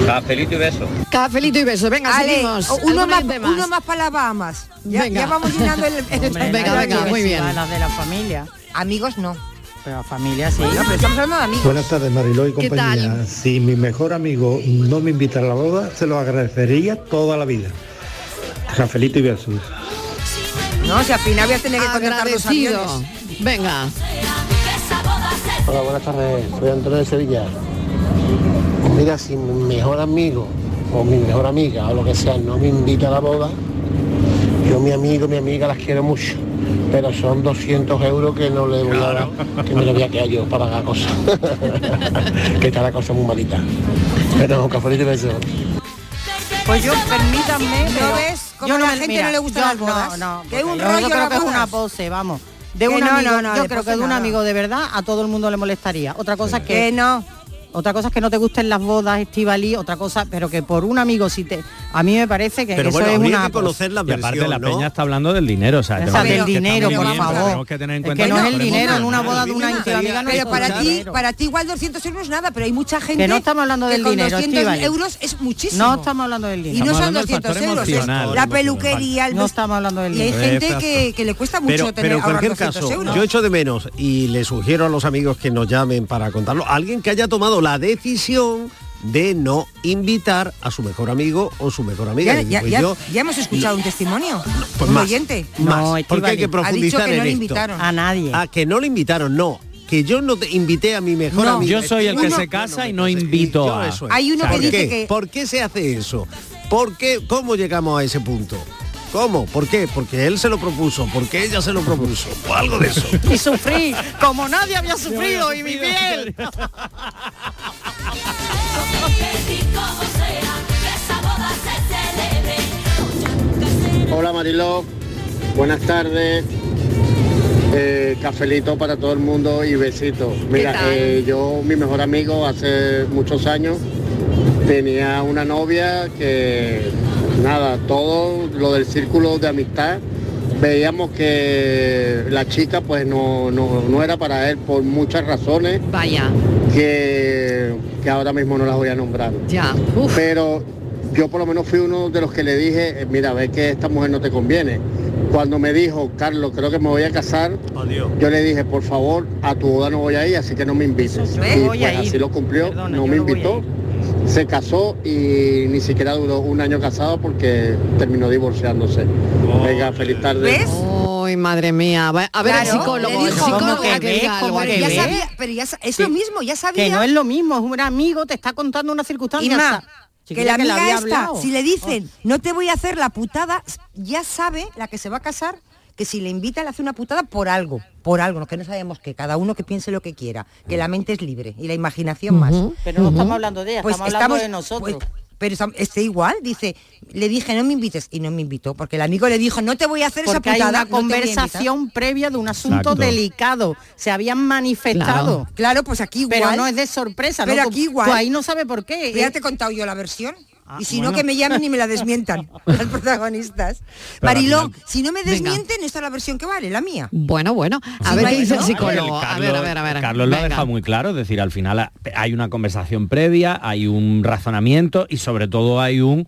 Speaker 22: Cafelito y beso.
Speaker 2: Cafelito y besos. Venga,
Speaker 4: Ale,
Speaker 2: seguimos.
Speaker 4: uno
Speaker 2: ¿Algún
Speaker 4: más,
Speaker 2: oyente
Speaker 4: uno más para las Bahamas. Ya,
Speaker 2: Venga.
Speaker 4: ya vamos llenando el... el-
Speaker 2: Hombre, Venga, la venga, muy bien.
Speaker 5: Las de la familia.
Speaker 4: Amigos no.
Speaker 5: Pero familia sí.
Speaker 4: No, pero estamos hablando de amigos.
Speaker 22: [laughs] Buenas tardes, Mariló y
Speaker 4: ¿Qué
Speaker 22: compañía.
Speaker 4: tal?
Speaker 22: Si mi mejor amigo no me invita a la boda, se lo agradecería toda la vida. Cafelito y besos.
Speaker 4: No, si al final voy a tener que contratar los
Speaker 2: Agradecido.
Speaker 4: aviones.
Speaker 2: Venga.
Speaker 22: Hola, buenas tardes. Soy Antonio de Sevilla. Mira, si mi mejor amigo o mi mejor amiga o lo que sea no me invita a la boda, yo mi amigo, mi amiga las quiero mucho. Pero son 200 euros que no le voy a dar, que me lo voy a quedar yo para la cosa. [laughs] que está la cosa muy malita. Pero un cafelito y besos.
Speaker 5: Pues yo, permítanme,
Speaker 4: ¿No
Speaker 5: pero
Speaker 4: ves cómo a la gente no le gustan las bodas?
Speaker 5: No, no,
Speaker 4: Que es
Speaker 5: porque
Speaker 4: un
Speaker 5: yo,
Speaker 4: rollo
Speaker 5: yo creo
Speaker 4: las
Speaker 5: que es
Speaker 4: bodas.
Speaker 5: una pose, vamos. De
Speaker 4: Que
Speaker 5: un
Speaker 4: no,
Speaker 5: amigo,
Speaker 4: no, no,
Speaker 5: yo
Speaker 4: de
Speaker 5: creo
Speaker 4: pose
Speaker 5: que de un
Speaker 4: nada.
Speaker 5: amigo de verdad a todo el mundo le molestaría. Otra cosa es que,
Speaker 4: Que no.
Speaker 5: Otra cosa es que no te gusten las bodas, Estivali, otra cosa, pero que por un amigo si te a mí me parece que
Speaker 3: Pero
Speaker 5: eso
Speaker 3: bueno,
Speaker 5: es
Speaker 3: habría
Speaker 5: una
Speaker 3: que
Speaker 5: conocer
Speaker 3: y aparte la peña está hablando del dinero, o sea,
Speaker 5: O sea,
Speaker 3: tenemos que-
Speaker 5: del
Speaker 3: que
Speaker 5: dinero,
Speaker 3: estamos
Speaker 5: por
Speaker 3: bien, pero
Speaker 5: favor.
Speaker 3: Tenemos que tener en
Speaker 5: Es
Speaker 3: cuenta
Speaker 5: que no es el
Speaker 3: tenemos
Speaker 5: dinero, en una
Speaker 3: nada.
Speaker 5: boda de una
Speaker 4: Pero,
Speaker 5: intimidad no es
Speaker 4: para
Speaker 5: mucho
Speaker 4: ti,
Speaker 5: dinero.
Speaker 4: para ti igual 200 euros es nada, pero hay mucha gente
Speaker 5: Que no estamos hablando
Speaker 4: que
Speaker 5: del
Speaker 4: con
Speaker 5: dinero,
Speaker 4: 200
Speaker 5: Estíbaliz.
Speaker 4: euros es muchísimo.
Speaker 5: No estamos hablando del dinero.
Speaker 4: Y no
Speaker 5: Estamos
Speaker 4: son
Speaker 5: hablando del
Speaker 4: 200
Speaker 5: factor
Speaker 4: euros, es
Speaker 5: emocional,
Speaker 4: la
Speaker 5: emocional.
Speaker 4: peluquería, el
Speaker 5: No estamos hablando del
Speaker 4: Y hay
Speaker 5: dinero.
Speaker 4: gente
Speaker 6: Exacto.
Speaker 4: que, que le cuesta mucho
Speaker 6: Pero,
Speaker 4: tener
Speaker 6: pero en
Speaker 4: ahorrar
Speaker 6: cualquier
Speaker 4: 200
Speaker 6: caso,
Speaker 4: euros.
Speaker 6: yo echo de menos y le sugiero a los amigos que nos llamen para contarlo, alguien que haya tomado la decisión de no invitar a su mejor amigo o su mejor amiga.
Speaker 4: ya,
Speaker 6: Y
Speaker 4: ya-
Speaker 6: pues
Speaker 4: ya-
Speaker 6: yo-
Speaker 4: ya hemos escuchado un testimonio.
Speaker 6: pues
Speaker 4: un
Speaker 6: más,
Speaker 4: oyente.
Speaker 6: más, porque hay que
Speaker 4: Ha dicho
Speaker 6: profundizar
Speaker 4: que no
Speaker 6: en
Speaker 4: le
Speaker 6: esto.
Speaker 4: invitaron.
Speaker 5: A nadie.
Speaker 6: A que no le invitaron, no. Que yo no te invité a mi mejor
Speaker 3: No,
Speaker 6: amigo.
Speaker 3: yo soy el que
Speaker 6: Uno-
Speaker 3: se casa y no invito
Speaker 6: Yo
Speaker 3: a...
Speaker 6: eso es.
Speaker 4: Hay uno que
Speaker 6: ¿Por
Speaker 4: dice
Speaker 6: qué?
Speaker 4: que-
Speaker 6: ¿Por qué se hace eso? ¿Por qué? ¿Cómo llegamos a ese punto? ¿Cómo? ¿Por qué? Porque él se lo propuso, porque ella se lo propuso, o algo de eso.
Speaker 5: Y sufrí como nadie había sufrido y mi piel.
Speaker 22: Hola Mariló, buenas tardes. Eh, cafelito para todo el mundo y besitos. Mira, eh, yo, mi mejor amigo, hace muchos años tenía una novia que, nada, todo lo del círculo de amistad, veíamos que la chica pues no, no, no era para él por muchas razones
Speaker 2: Vaya.
Speaker 22: que, que ahora mismo no las voy a nombrar.
Speaker 2: Ya.
Speaker 22: Pero yo por lo menos fui uno de los que le dije, eh, mira, ve que esta mujer no te conviene. Cuando me dijo, Carlos, creo que me voy a casar, yo le dije, por favor, a tu boda no voy a ir, así que no me invites.
Speaker 5: yo no
Speaker 22: y
Speaker 5: voy a
Speaker 22: pues
Speaker 5: ir.
Speaker 22: así lo cumplió,
Speaker 5: Perdona,
Speaker 22: no
Speaker 5: yo
Speaker 22: me
Speaker 5: no voy a
Speaker 22: invitó.
Speaker 19: se casó y ni siquiera duró un año casado porque terminó divorciándose. Venga, feliz tarde.
Speaker 2: Ay, madre mía. Va- A ver,
Speaker 4: Claro,
Speaker 2: el psicólogo.
Speaker 4: le
Speaker 2: el
Speaker 4: dijo,
Speaker 2: psicólogo
Speaker 4: ¿cómo que
Speaker 2: que
Speaker 4: ve?
Speaker 2: diga algo
Speaker 4: ¿Cómo
Speaker 2: aquí.
Speaker 4: que Ya ve? sabía- pero ya sa- es lo mismo, ya
Speaker 5: Que
Speaker 4: sabía.
Speaker 5: no es lo mismo, es un amigo, te está contando una circunstancia.
Speaker 4: Inma,
Speaker 5: sa-
Speaker 4: que la
Speaker 5: Chiquilla, le
Speaker 4: amiga
Speaker 5: había
Speaker 4: esta,
Speaker 5: hablado. Oh.
Speaker 4: si le dicen, no te voy a hacer la putada, ya sabe la que se va a casar que si le invita le hace una putada por algo, por algo, no que no sabemos que cada uno que piense lo que quiera, que la mente es libre y la imaginación más.
Speaker 5: Pero no estamos hablando de ella, estamos hablando de nosotros.
Speaker 4: pues, pero estam- este igual, dice, le dije no me invites y no me invitó, porque el amigo le dijo no te voy a hacer
Speaker 5: Porque
Speaker 4: esa
Speaker 5: hay
Speaker 4: putada.
Speaker 5: una conversación previa de un asunto delicado. Se habían manifestado.
Speaker 4: Claro. pues aquí igual.
Speaker 5: Pero no es de sorpresa, ¿no?
Speaker 4: Pero
Speaker 5: Tú-
Speaker 4: aquí igual.
Speaker 5: tú ahí no sabe por qué. Ah,
Speaker 4: Ya te he contado yo la versión. y si no,
Speaker 5: bueno.
Speaker 4: que me llamen y me la
Speaker 5: [laughs]
Speaker 4: desmientan las protagonistas.
Speaker 2: Pero al
Speaker 4: Mariló,
Speaker 2: final-
Speaker 4: si no me
Speaker 2: Venga.
Speaker 4: desmienten, esta es la versión que vale, la mía.
Speaker 2: Bueno, bueno. A
Speaker 4: Sí,
Speaker 2: ver qué
Speaker 4: vaya,
Speaker 2: dice el
Speaker 4: ¿no?
Speaker 2: psicólogo.
Speaker 4: Hombre, el
Speaker 2: A
Speaker 4: Carlos-
Speaker 2: ver, a ver, a ver.
Speaker 3: Carlos lo ha
Speaker 2: Venga.
Speaker 3: dejado muy claro, es decir, al final a- hay una conversación previa, hay un razonamiento y sobre todo hay un,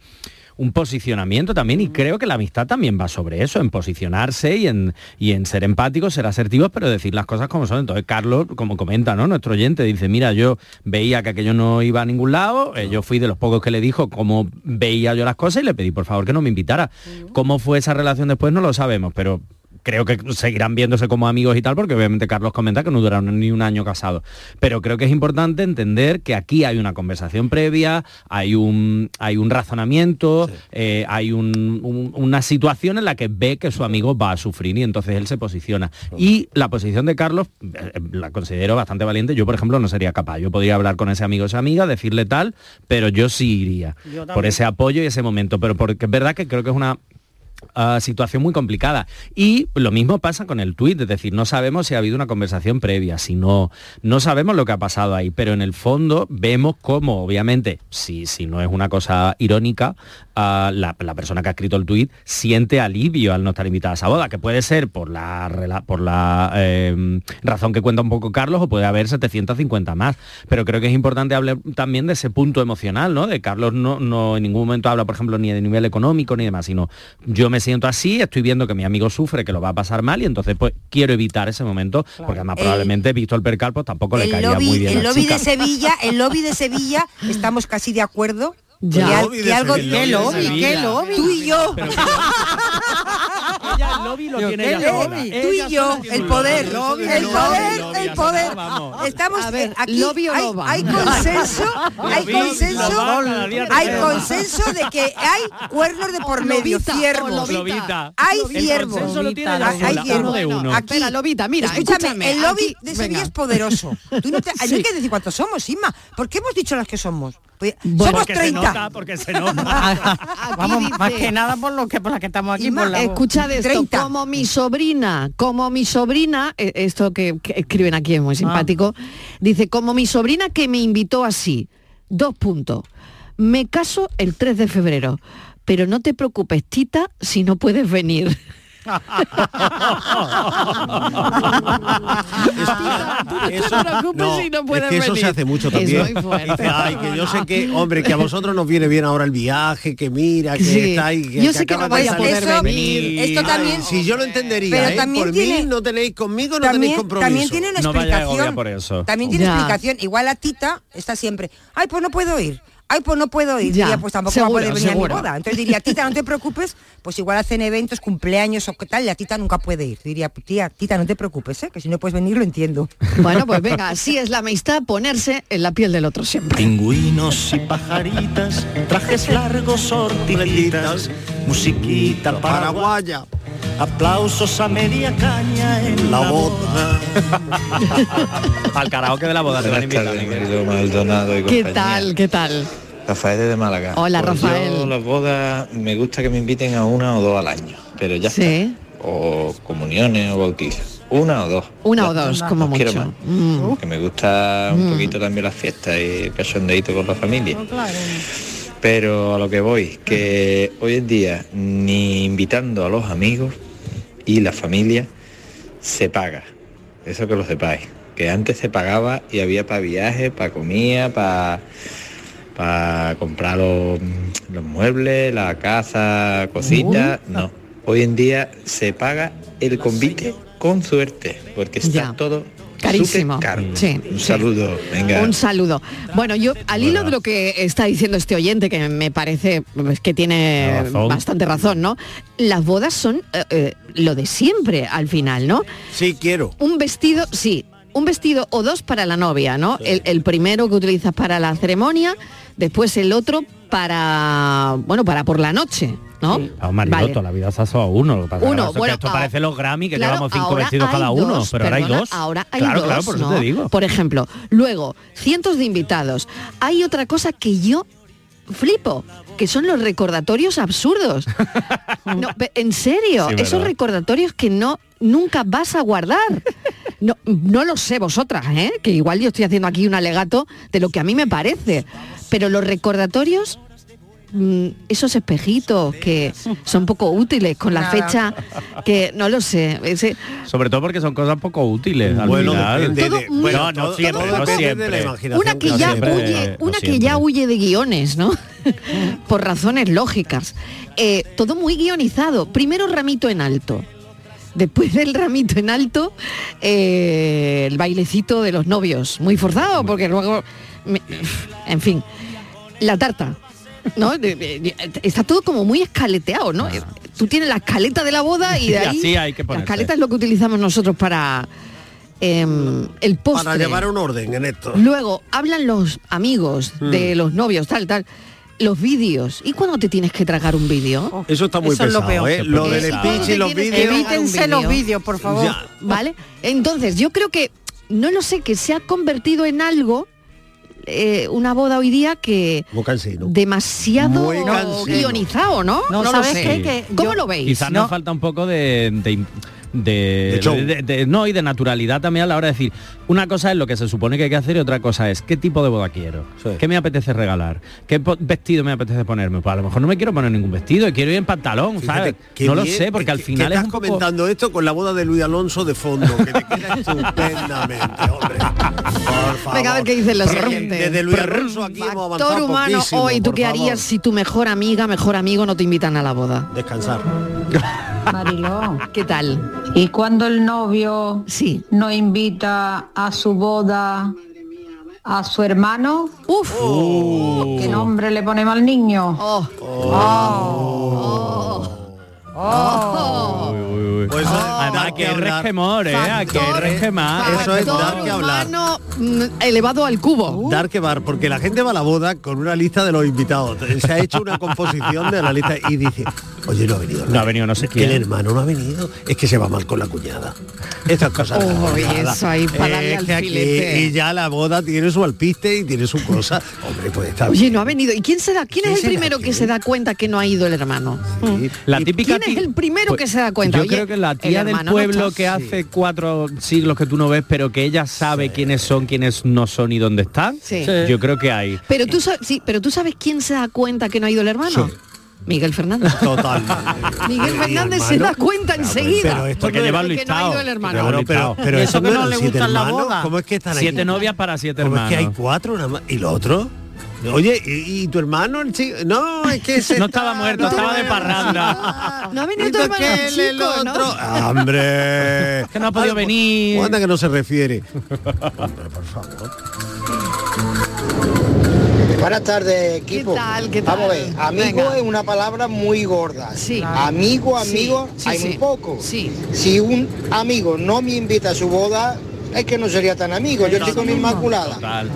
Speaker 3: un posicionamiento también y creo que la amistad también va sobre eso, en posicionarse y en, y en ser empáticos, ser asertivos, pero decir las cosas como son. Entonces Carlos, como comenta, ¿no? Nuestro oyente dice, mira, yo veía que aquello no iba a ningún lado, eh, yo fui de los pocos que le dijo cómo veía yo las cosas y le pedí por favor que no me invitara. ¿Cómo fue esa relación después? No lo sabemos, pero creo que seguirán viéndose como amigos y tal, porque obviamente Carlos comenta que no duraron ni un año casados. Pero creo que es importante entender que aquí hay una conversación previa, hay un, hay un razonamiento, eh, hay un- un- una situación en la que ve que su amigo va a sufrir y entonces él se posiciona. Y la posición de Carlos eh, eh, la considero bastante valiente. Yo, por ejemplo, no sería capaz. Yo podría hablar con ese amigo o esa amiga, decirle tal, pero yo sí iría
Speaker 7: Yo también.
Speaker 3: por ese apoyo y ese momento. Pero porque es verdad que creo que es una ah, situación muy complicada. Y lo mismo pasa con el tuit, es decir, no sabemos si ha habido una conversación previa, si no, no sabemos lo que ha pasado ahí, pero en el fondo vemos cómo, obviamente, si, si no es una cosa irónica, ah, la, la persona que ha escrito el tuit siente alivio al no estar invitada a esa boda, que puede ser por la, rela- por la eh, razón que cuenta un poco Carlos o puede haber 750 más. Pero creo que es importante hablar también de ese punto emocional, ¿no? De Carlos no, no en ningún momento habla, por ejemplo, ni de nivel económico ni demás, sino yo me siento así, estoy viendo que mi amigo sufre, que lo va a pasar mal y entonces pues quiero evitar ese momento, porque además
Speaker 4: El-
Speaker 3: probablemente Víctor Percal pues tampoco le
Speaker 4: Eh, El
Speaker 3: caía
Speaker 4: lobby,
Speaker 3: muy bien.
Speaker 4: el
Speaker 3: a la
Speaker 4: lobby de
Speaker 3: chica.
Speaker 4: Sevilla, el lobby de Sevilla,
Speaker 3: [laughs]
Speaker 4: estamos casi de acuerdo.
Speaker 3: Ya.
Speaker 4: Que al-
Speaker 3: Lobby de
Speaker 4: que algo-
Speaker 3: Sevilla, el lobby de Sevilla.
Speaker 4: Tú y yo.
Speaker 3: [laughs] Ella el lobby lo tiene ella
Speaker 4: Eh,
Speaker 3: sola.
Speaker 4: Tú
Speaker 3: Ella
Speaker 4: y yo,
Speaker 3: sola tiene
Speaker 4: el
Speaker 3: un
Speaker 4: poder, el
Speaker 3: lobby.
Speaker 4: poder, el
Speaker 3: Lobby, lobby,
Speaker 4: poder.
Speaker 3: ya vamos.
Speaker 4: Estamos
Speaker 2: A ver,
Speaker 4: eh, aquí.
Speaker 2: lobby o
Speaker 4: hay,
Speaker 2: loba.
Speaker 4: hay consenso,
Speaker 2: Lobby,
Speaker 4: hay
Speaker 2: lobby,
Speaker 4: consenso,
Speaker 2: loba, cada día te
Speaker 4: hay
Speaker 2: queda más.
Speaker 4: consenso de que hay cuernos de por medio,
Speaker 2: Lobita,
Speaker 4: ciervos,
Speaker 2: lobita.
Speaker 4: hay
Speaker 2: Lobita.
Speaker 4: ciervos,
Speaker 2: El consenso lo tiene ella
Speaker 4: hay
Speaker 2: sola,
Speaker 4: hay
Speaker 2: uno
Speaker 4: ciervos.
Speaker 2: de uno.
Speaker 4: Aquí,
Speaker 2: Espera, lobita, mira, escúchame,
Speaker 4: el lobby
Speaker 2: aquí-
Speaker 4: de Sevilla
Speaker 2: venga.
Speaker 4: es poderoso. Tú
Speaker 2: [laughs]
Speaker 4: no te- ay, no hay
Speaker 2: Sí.
Speaker 4: que decir cuántos somos, Inma. ¿Por qué hemos dicho las que somos? Pues,
Speaker 5: Bueno,
Speaker 4: somos
Speaker 5: porque se
Speaker 4: 30.
Speaker 5: nota,
Speaker 3: porque
Speaker 4: [laughs]
Speaker 3: se
Speaker 5: Vamos,
Speaker 2: dice-
Speaker 5: más que nada por lo que por la que estamos aquí.
Speaker 2: Inma,
Speaker 5: por la voz.
Speaker 2: escuchad esto, como mi sobrina, como mi sobrina, eh, esto que, que escriben aquí es muy simpático, dice, como mi sobrina que me invitó así, dos puntos, me caso el 3 de febrero, pero no te preocupes, tita, si no puedes venir.
Speaker 6: Eso- no, es que eso se hace mucho también. Dice, Ay, que yo sé que, hombre, que a vosotros nos viene bien ahora el viaje, que mira, que
Speaker 2: Sí.
Speaker 6: está ahí.
Speaker 2: Yo sé que no
Speaker 6: acaba de
Speaker 2: vais a poder
Speaker 6: salir.
Speaker 2: venir. Esto
Speaker 6: Ay,
Speaker 2: también-
Speaker 6: si yo lo entendería,
Speaker 4: Pero
Speaker 6: ¿eh?
Speaker 4: también
Speaker 6: por
Speaker 4: tiene-
Speaker 6: mí no tenéis conmigo, no
Speaker 4: también,
Speaker 6: tenéis compromiso.
Speaker 4: también tiene una explicación. También tiene
Speaker 6: Ya.
Speaker 4: explicación. Igual a Tita está siempre, ay, pues no puedo ir. Ay, pues no puedo ir.
Speaker 2: Ya,
Speaker 4: Tía, pues tampoco va
Speaker 2: seguro,
Speaker 4: a poder venir
Speaker 2: seguro.
Speaker 4: a mi boda. Entonces diría, Tita, no te preocupes, pues igual hacen eventos, cumpleaños o qué tal, y a Tita nunca puede ir. Diría, tía, Tita, no te preocupes, ¿eh? que si no puedes venir lo entiendo. [laughs]
Speaker 2: Bueno, pues venga, así es la amistad, ponerse en la piel del otro siempre.
Speaker 7: Pingüinos y pajaritas, trajes largos, sortilitas, musiquita paraguaya, aplausos a media caña en la boda.
Speaker 3: Al karaoke de la boda te van a invitar. Miguel.
Speaker 2: ¿Qué tal? ¿Qué tal?
Speaker 8: Rafael desde Málaga. Pues
Speaker 2: Hola, Rafael.
Speaker 8: Yo las bodas me gusta que me inviten a una o dos al año, pero ya
Speaker 2: Sí.
Speaker 8: está. O comuniones o bautizos. Una o dos.
Speaker 2: Una
Speaker 8: Ya
Speaker 2: o
Speaker 8: está.
Speaker 2: dos, como
Speaker 8: No quiero
Speaker 2: mucho.
Speaker 8: más.
Speaker 2: Mm.
Speaker 8: Que me gusta un
Speaker 2: Mm.
Speaker 8: poquito también las fiestas y cachondeíto con la familia. Pero a lo que voy, que hoy en día ni invitando a los amigos y la familia se paga. Eso que lo sepáis. Que antes se pagaba y había para viajes, para comida, para para comprar los, los muebles, la casa, cositas. No. Hoy en día se paga el convite con suerte, porque está todo
Speaker 2: Carísimo. Sí,
Speaker 8: Un saludo, venga.
Speaker 2: Un saludo. Bueno, yo al hilo de lo que está diciendo este oyente, que me parece pues, que tiene
Speaker 8: Tiene razón.
Speaker 2: bastante razón, ¿no? Las bodas son eh, eh, lo de siempre al final, ¿no?
Speaker 6: [laughs] Sí, quiero.
Speaker 2: Un vestido, sí, un vestido o dos para la novia, ¿no? El, el primero que utilizas para la ceremonia, después el otro para, bueno, para por la noche, ¿no?
Speaker 3: A un marido,
Speaker 2: Vale.
Speaker 3: Ah, toda la vida se ha asado a uno. Lo que pasa es que
Speaker 2: Uno,
Speaker 3: ahora eso- que
Speaker 2: bueno,
Speaker 3: esto
Speaker 2: a-
Speaker 3: parece los Grammy, que
Speaker 2: Claro,
Speaker 3: llevamos cinco
Speaker 2: ahora
Speaker 3: vestidos
Speaker 2: hay
Speaker 3: cada uno,
Speaker 2: dos,
Speaker 3: pero ahora
Speaker 2: perdona,
Speaker 3: hay dos.
Speaker 2: Ahora hay
Speaker 3: claro,
Speaker 2: dos,
Speaker 3: claro, por eso
Speaker 2: ¿no?
Speaker 3: te digo.
Speaker 2: Por ejemplo, luego, cientos de invitados. Hay otra cosa que yo flipo, que son los recordatorios
Speaker 3: [laughs]
Speaker 2: absurdos. No, pe- en serio,
Speaker 9: Sí,
Speaker 2: esos
Speaker 9: verdad.
Speaker 2: recordatorios que no nunca vas a guardar. No, no lo sé vosotras, ¿eh? que igual yo estoy haciendo aquí un alegato de lo que a mí me parece, pero los recordatorios mm, esos espejitos que son poco útiles con la
Speaker 3: Nada.
Speaker 2: fecha que no lo sé ese-
Speaker 3: Sobre todo porque son cosas poco útiles. al
Speaker 6: Bueno,
Speaker 3: final.
Speaker 6: depende de- Todo- bueno,
Speaker 3: no, no
Speaker 6: todo-
Speaker 3: siempre,
Speaker 6: todo
Speaker 3: no
Speaker 6: depende de la
Speaker 3: siempre.
Speaker 6: imaginación
Speaker 2: una que
Speaker 3: No
Speaker 2: ya
Speaker 3: siempre,
Speaker 2: huye
Speaker 3: no
Speaker 2: una que
Speaker 3: siempre.
Speaker 2: ya huye de guiones no [laughs] por razones lógicas Eh, todo muy guionizado primero ramito en alto Después del ramito en alto, eh, el bailecito de los novios, muy forzado, porque luego, me- en fin, la tarta, ¿no? De- de- de- Está todo como muy escaleteado, ¿no? Eh, Tú tienes la escaleta de la boda y de
Speaker 3: Y
Speaker 2: ahí,
Speaker 3: Ah. [laughs] así hay que
Speaker 2: la
Speaker 3: ponerse.
Speaker 2: escaleta es lo que utilizamos nosotros para em, el postre.
Speaker 6: Para llevar un orden en esto.
Speaker 2: Luego hablan los amigos
Speaker 6: Mm.
Speaker 2: de los novios, tal, tal. Los vídeos. ¿Y cuándo te tienes que tragar un
Speaker 5: Oh,
Speaker 2: vídeo?
Speaker 6: Eso está muy
Speaker 2: Eso es lo
Speaker 6: pesado,
Speaker 2: peor.
Speaker 6: ¿eh? Lo
Speaker 2: Eso
Speaker 6: del
Speaker 2: es lo
Speaker 6: speech y
Speaker 2: que
Speaker 6: los
Speaker 2: tienes
Speaker 6: vídeos.
Speaker 2: que tragar un
Speaker 5: Evítense los
Speaker 2: vídeo.
Speaker 5: vídeos, por favor. Ya.
Speaker 2: ¿Vale? Entonces, yo creo que, no lo sé, que se ha convertido en algo, eh, una boda hoy día que
Speaker 6: Muy cansino.
Speaker 2: demasiado
Speaker 6: Muy cansino.
Speaker 2: guionizado, ¿no?
Speaker 5: No,
Speaker 2: lo
Speaker 5: ¿sabes
Speaker 2: sé.
Speaker 5: qué? Que
Speaker 2: ¿Cómo
Speaker 5: yo-
Speaker 2: lo veis?
Speaker 3: Quizás nos falta un poco de... de- de- de- de- no y de naturalidad también a la hora de decir una cosa es lo que se supone que hay que hacer y otra cosa es qué tipo de boda quiero qué me apetece regalar qué po- vestido me apetece ponerme pues a lo mejor no me quiero poner ningún vestido quiero ir en pantalón ¿sabes?
Speaker 6: Qué
Speaker 3: no lo
Speaker 6: bien
Speaker 3: sé porque al
Speaker 6: que- que
Speaker 3: final es
Speaker 6: estás
Speaker 3: un poco-
Speaker 6: comentando esto con la boda de Luis Alonso de fondo, que te queda estupendamente, hombre. Por favor.
Speaker 2: Venga, a ver qué dicen los
Speaker 6: Prrr,
Speaker 2: oyentes.
Speaker 6: Desde Luis Alonso aquí hemos avanzado
Speaker 2: Factor humano
Speaker 6: poquísimo,
Speaker 2: hoy, ¿tú
Speaker 6: por
Speaker 2: qué harías
Speaker 6: favor.
Speaker 2: si tu mejor amiga, mejor amigo no te invitan a la boda?
Speaker 6: Descansar.
Speaker 10: Mariló.
Speaker 2: ¿Qué tal?
Speaker 10: Y cuando el novio
Speaker 2: sí.
Speaker 10: no invita a su boda a su hermano,
Speaker 2: ¡Uf!
Speaker 10: ¿qué nombre le ponemos al niño?
Speaker 2: Oh.
Speaker 6: Pues
Speaker 3: además que resquemor eh a que ah, resquemar
Speaker 6: Eso es dar que hablar.
Speaker 2: Humano mm, elevado al cubo.
Speaker 6: Dar que bar, porque la gente va a la boda con una lista de los invitados. Se ha hecho una composición de la lista y dice, oye, no ha venido. No ha
Speaker 3: venido, no sé
Speaker 6: quién. El hermano no ha venido. Es que se va mal con la cuñada. Estas cosas. de la
Speaker 2: Uy,
Speaker 6: cuñada.
Speaker 2: eso ahí para
Speaker 6: Eh,
Speaker 2: darle
Speaker 6: es
Speaker 2: al
Speaker 6: que aquí-
Speaker 2: filete.
Speaker 6: Y ya la boda tiene su alpiste y tiene su cosa. Hombre, pues está bien.
Speaker 2: Oye, no ha venido. ¿Y quién se da? ¿Quién,
Speaker 6: ¿Quién
Speaker 2: es el
Speaker 6: será
Speaker 2: primero que se da cuenta que no ha ido el hermano?
Speaker 3: la típica
Speaker 2: ¿Quién es
Speaker 3: ti-
Speaker 2: el primero
Speaker 3: Pues,
Speaker 2: que se da cuenta?
Speaker 3: Yo
Speaker 2: Oye,
Speaker 3: creo que la
Speaker 2: el
Speaker 3: tía del
Speaker 2: hermano no
Speaker 3: pueblo
Speaker 2: está.
Speaker 3: que hace cuatro siglos que tú no ves, pero que ella sabe quiénes son, quiénes no son y dónde están.
Speaker 2: Sí.
Speaker 3: Yo creo que hay.
Speaker 2: Pero tú sabes, sí, pero tú sabes quién se da cuenta que no ha ido el hermano. Miguel
Speaker 6: [laughs]
Speaker 2: Fernández.
Speaker 6: Total.
Speaker 2: Miguel
Speaker 6: Sí,
Speaker 2: Fernández se
Speaker 6: Ah, hermano. pues,
Speaker 2: da cuenta enseguida.
Speaker 6: pero esto
Speaker 3: Porque
Speaker 6: no-
Speaker 3: llevan
Speaker 6: de que no ha ido
Speaker 3: listado.
Speaker 2: el hermano.
Speaker 3: Llevan
Speaker 6: Claro, pero-
Speaker 3: listado.
Speaker 6: pero eso no eran siete hermanos, ¿cómo es que están aquí?
Speaker 3: siete novias para siete
Speaker 6: ¿Cómo
Speaker 3: hermanos.
Speaker 6: es que hay cuatro nada más? ¿Y los otros? Oye, ¿y, y tu hermano? el chico? No, es que se
Speaker 3: [laughs] No estaba muerto, estaba de parranda.
Speaker 2: No ha venido
Speaker 6: ¿Y
Speaker 2: tu
Speaker 6: por
Speaker 2: hermano
Speaker 6: qué Ah.
Speaker 2: chico,
Speaker 6: el
Speaker 2: ¿no?
Speaker 6: otro? ¡Hombre!
Speaker 3: [laughs] Que no ha podido venir.
Speaker 6: ¿Cuándo que no se refiere?
Speaker 21: Buenas tardes, equipo. ¿Qué tal? Vamos a ver, amigo es una palabra muy gorda. Amigo,
Speaker 11: Sí,
Speaker 21: amigo,
Speaker 11: sí,
Speaker 21: hay
Speaker 11: sí.
Speaker 21: muy poco. Si un amigo no me invita a su boda, es que no sería tan amigo. Yo estoy con Inmaculada.
Speaker 3: Total.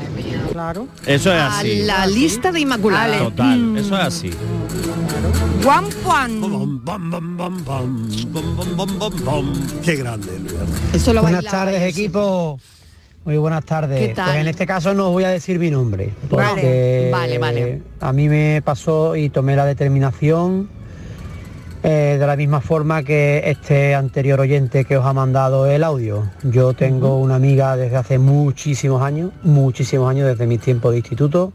Speaker 21: Claro.
Speaker 3: Eso es
Speaker 2: A
Speaker 3: así.
Speaker 2: la lista de Inmaculada.
Speaker 3: Total, eso es así.
Speaker 21: Juan Juan.
Speaker 6: Qué grande, Luis.
Speaker 12: buenas tardes, equipo. Muy buenas tardes.
Speaker 2: ¿Qué tal?
Speaker 12: Pues en este caso no voy a decir mi nombre.
Speaker 2: Vale,
Speaker 12: porque
Speaker 2: vale, vale.
Speaker 12: A mí me pasó y tomé la determinación eh, de la misma forma que este anterior oyente que os ha mandado el audio. Yo tengo una amiga desde hace muchísimos años, muchísimos años desde mis tiempos de instituto.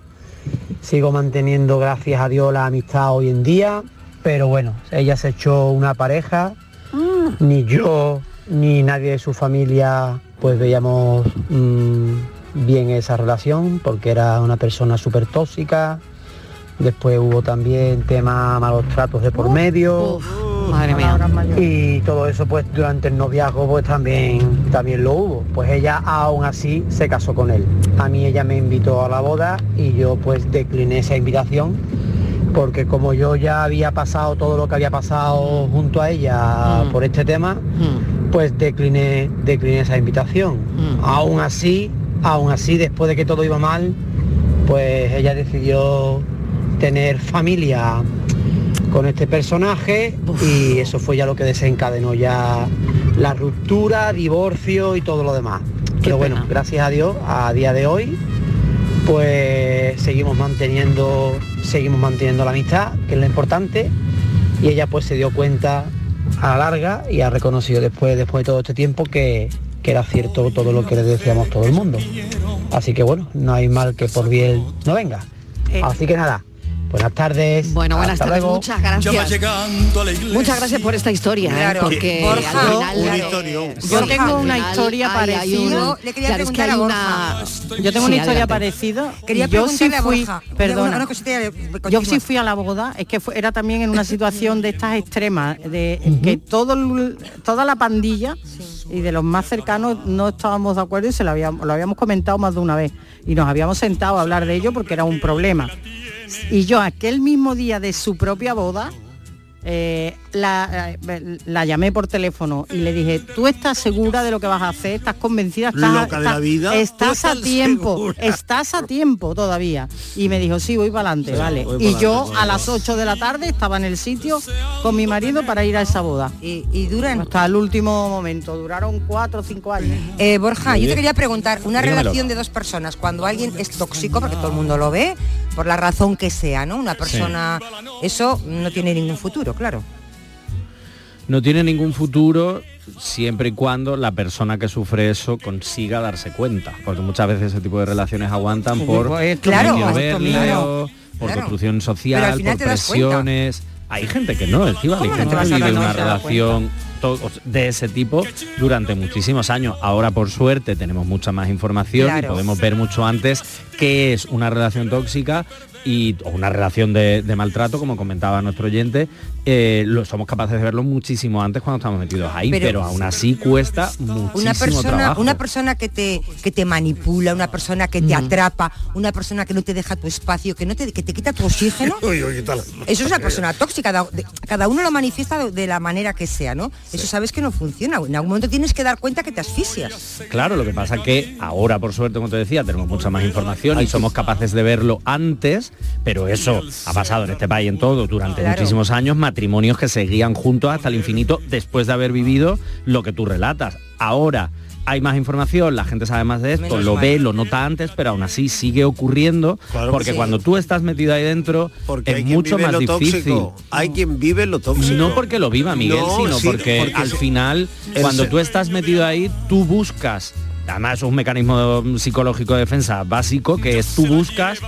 Speaker 12: Sigo manteniendo, gracias a Dios, la amistad hoy en día. Pero bueno, ella se echó una pareja ni yo ni nadie de su familia pues veíamos mm, bien esa relación porque era una persona súper tóxica. Después hubo también tema malos tratos de por medio. Ah,
Speaker 2: Madre mía.
Speaker 12: Y todo eso pues durante el noviazgo pues también, también lo hubo. Pues ella aún así se casó con él. A mí ella me invitó a la boda y yo pues decliné esa invitación porque como yo ya había pasado todo lo que había pasado junto a ella
Speaker 2: Mm.
Speaker 12: por este tema, pues decliné, decliné esa invitación. Aún así, aún así, después de que todo iba mal, pues ella decidió tener familia con este personaje y eso fue ya lo que desencadenó ya la ruptura, divorcio y todo lo demás. Pero bueno, gracias a Dios, a día de hoy, pues seguimos manteniendo, seguimos manteniendo la amistad, que es lo importante, y ella pues se dio cuenta a la larga y ha reconocido después, después de todo este tiempo que, que era cierto todo lo que le decíamos todo el mundo. Así que bueno, no hay mal que por bien no venga. Así que nada, buenas tardes.
Speaker 2: Eh. Bueno, buenas
Speaker 12: hasta
Speaker 2: tardes,
Speaker 12: luego.
Speaker 2: muchas gracias. Muchas gracias por esta historia, ¿eh?
Speaker 12: Claro,
Speaker 2: porque
Speaker 12: Borja,
Speaker 2: al final,
Speaker 12: un
Speaker 2: eh,
Speaker 12: historión.
Speaker 5: Yo
Speaker 2: sí,
Speaker 5: tengo
Speaker 2: al
Speaker 5: una
Speaker 2: final
Speaker 5: historia
Speaker 2: hay- hay
Speaker 5: parecida.
Speaker 2: un- claro, es que hay una...
Speaker 5: Yo tengo
Speaker 2: Sí,
Speaker 5: una historia
Speaker 2: adelante.
Speaker 5: parecida.
Speaker 4: Quería
Speaker 5: yo sí
Speaker 4: preguntarle a
Speaker 5: fui,
Speaker 4: Borja. Una-
Speaker 5: perdona.
Speaker 4: una cosita de- de-
Speaker 5: yo
Speaker 4: continúa.
Speaker 5: sí fui a la boda, es que fue- era también en una situación de estas extremas, de que todo el- toda la pandilla y de los más cercanos no estábamos de acuerdo y se lo habíamos, lo habíamos comentado más de una vez y nos habíamos sentado a hablar de ello porque era un problema. Y yo aquel mismo día de su propia boda, eh, la, eh, la llamé por teléfono y le dije, ¿tú estás segura de lo que vas a hacer? ¿Estás convencida? ¿Estás,
Speaker 6: Loca de la
Speaker 5: estás-
Speaker 6: vida, tú
Speaker 5: estás
Speaker 6: estás [laughs]
Speaker 5: a tiempo,
Speaker 6: segura".
Speaker 5: estás a tiempo todavía. Y me dijo, sí, voy para adelante,
Speaker 6: Sí,
Speaker 5: vale.
Speaker 6: voy
Speaker 5: Y
Speaker 6: pa'lante,
Speaker 5: yo
Speaker 6: voy
Speaker 5: a las 8 de la tarde estaba en el sitio con mi marido para ir a esa boda.
Speaker 4: Y, duran...
Speaker 5: Hasta el último momento, duraron cuatro o cinco años.
Speaker 4: Eh, Borja, yo te quería preguntar, una
Speaker 5: Dígamelo.
Speaker 4: relación de dos personas, cuando alguien es tóxico, porque todo el mundo lo ve, por la razón que sea, ¿no? Una persona, eso no tiene ningún futuro, claro.
Speaker 3: no tiene ningún futuro siempre y cuando la persona que sufre eso consiga darse cuenta, porque muchas veces ese tipo de relaciones aguantan
Speaker 5: Sí,
Speaker 3: por
Speaker 5: pues esto, Claro,
Speaker 3: medio
Speaker 5: esto,
Speaker 3: verlo,
Speaker 5: claro,
Speaker 3: por
Speaker 5: claro. Pero
Speaker 3: construcción
Speaker 5: al
Speaker 3: social,
Speaker 5: final
Speaker 3: por
Speaker 5: te das cuenta.
Speaker 3: presiones. Hay gente que no, encima hay
Speaker 5: ¿Cómo no
Speaker 3: gente
Speaker 5: te
Speaker 3: que
Speaker 5: vas a
Speaker 3: vive
Speaker 5: dar- no
Speaker 3: una
Speaker 5: se da
Speaker 3: relación to- o sea, de ese tipo durante muchísimos años. Ahora por suerte tenemos mucha más información y
Speaker 9: Claro.
Speaker 3: podemos ver mucho antes qué es una relación tóxica y o una relación de, de maltrato, como comentaba nuestro oyente, eh, lo, somos capaces de verlo muchísimo antes cuando estamos metidos ahí,
Speaker 4: Pero-
Speaker 3: pero, aún así cuesta muchísimo
Speaker 4: Una persona,
Speaker 3: trabajo.
Speaker 4: una persona que te, que te manipula, una persona que te
Speaker 3: Mm.
Speaker 4: atrapa, una persona que no te deja tu espacio, que no te, que te quita tu
Speaker 3: [laughs]
Speaker 4: oxígeno.
Speaker 6: [laughs]
Speaker 4: Eso es una persona tóxica, da- de- cada uno lo manifiesta de- de la manera que sea, ¿no? Eso sabes que no funciona, en algún momento tienes que dar cuenta que te asfixias.
Speaker 3: Claro, lo que pasa que ahora, por suerte, como te decía, tenemos mucha más información y somos capaces de verlo antes, pero eso ha pasado en este país en todo durante
Speaker 11: Claro.
Speaker 3: muchísimos años, matrimonios que seguían juntos hasta el infinito después de haber vivido lo que tú relatas. Ahora hay más información, la gente sabe más de esto,
Speaker 11: Menos
Speaker 3: lo
Speaker 11: mal.
Speaker 3: ve, lo nota antes, pero aún así sigue ocurriendo, porque
Speaker 6: sí.
Speaker 3: cuando tú estás metido ahí dentro,
Speaker 6: Porque hay
Speaker 3: es
Speaker 6: quien
Speaker 3: mucho
Speaker 6: vive
Speaker 3: más
Speaker 6: lo
Speaker 3: difícil.
Speaker 6: tóxico. Hay quien vive lo tóxico.
Speaker 3: No porque lo viva Miguel,
Speaker 6: No,
Speaker 3: sino
Speaker 6: sí,
Speaker 3: porque,
Speaker 6: porque
Speaker 3: al
Speaker 6: eso-
Speaker 3: final,
Speaker 6: el
Speaker 3: cuando
Speaker 6: ser-
Speaker 3: tú estás metido ahí, tú buscas. Además, eso es un mecanismo psicológico de defensa básico, que es tú buscas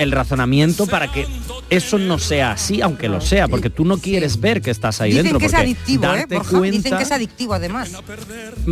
Speaker 3: el razonamiento para que eso no sea así, aunque lo sea, porque tú no quieres ver que estás ahí
Speaker 4: Dicen
Speaker 3: dentro.
Speaker 4: que es
Speaker 3: porque
Speaker 4: adictivo, ¿eh?
Speaker 3: darte
Speaker 4: Borja? Dicen
Speaker 3: cuenta-
Speaker 4: que es adictivo además.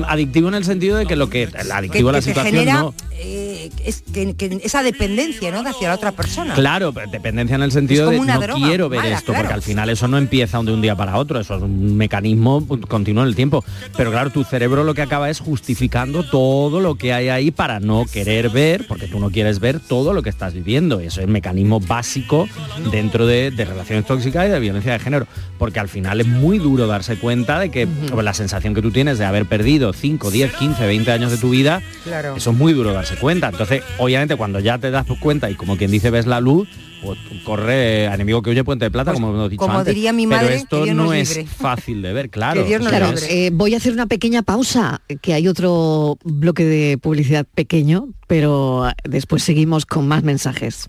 Speaker 3: adictivo en el sentido de que lo que...
Speaker 4: que,
Speaker 3: Adictivo a
Speaker 4: que
Speaker 3: la
Speaker 4: te
Speaker 3: situación,
Speaker 4: genera
Speaker 3: no.
Speaker 4: eh, es- que- que esa dependencia ¿no? de hacia la otra persona.
Speaker 3: Claro, pero dependencia en el sentido
Speaker 4: Es
Speaker 3: de
Speaker 4: como una
Speaker 3: no
Speaker 4: droga
Speaker 3: quiero ver
Speaker 4: mala,
Speaker 3: esto,
Speaker 4: claro.
Speaker 3: porque al final eso no empieza de un día para otro, eso es un mecanismo continuo en el tiempo. Pero claro, tu cerebro lo que acaba es justificando todo lo que hay ahí para no querer ver, porque tú no quieres ver todo lo que estás viviendo. Eso es el mecanismo básico dentro de, de relaciones tóxicas y de violencia de género, porque al final es muy duro darse cuenta de que pues, la sensación que tú tienes de haber perdido 5, 10, 15, 20 años de tu vida
Speaker 4: Claro.
Speaker 3: eso es muy duro darse cuenta. Entonces, obviamente, cuando ya te das cuenta y como quien dice ves la luz, pues corre a enemigo que huye puente de plata, como hemos dicho
Speaker 4: como
Speaker 3: antes.
Speaker 4: diría mi
Speaker 3: Pero
Speaker 4: madre,
Speaker 3: esto
Speaker 4: que Dios
Speaker 3: no
Speaker 4: nos
Speaker 3: es
Speaker 4: libre.
Speaker 3: fácil de ver, claro.
Speaker 2: Claro,
Speaker 3: Eso es-
Speaker 2: eh, voy a hacer una pequeña pausa, que hay otro bloque de publicidad pequeño, pero eh, después seguimos con más mensajes.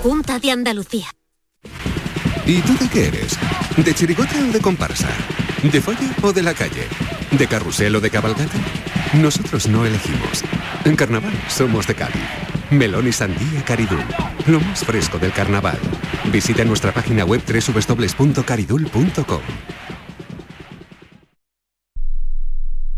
Speaker 13: Junta de Andalucía.
Speaker 14: ¿Y tú de qué eres?
Speaker 9: ¿De chirigota o de comparsa? ¿De folla o de la calle? ¿De carrusel o de cabalgata? Nosotros no elegimos. En carnaval somos de Cádiz. Melón y sandía Caridul. Lo más fresco del carnaval. Visita nuestra página web www.caridul.com.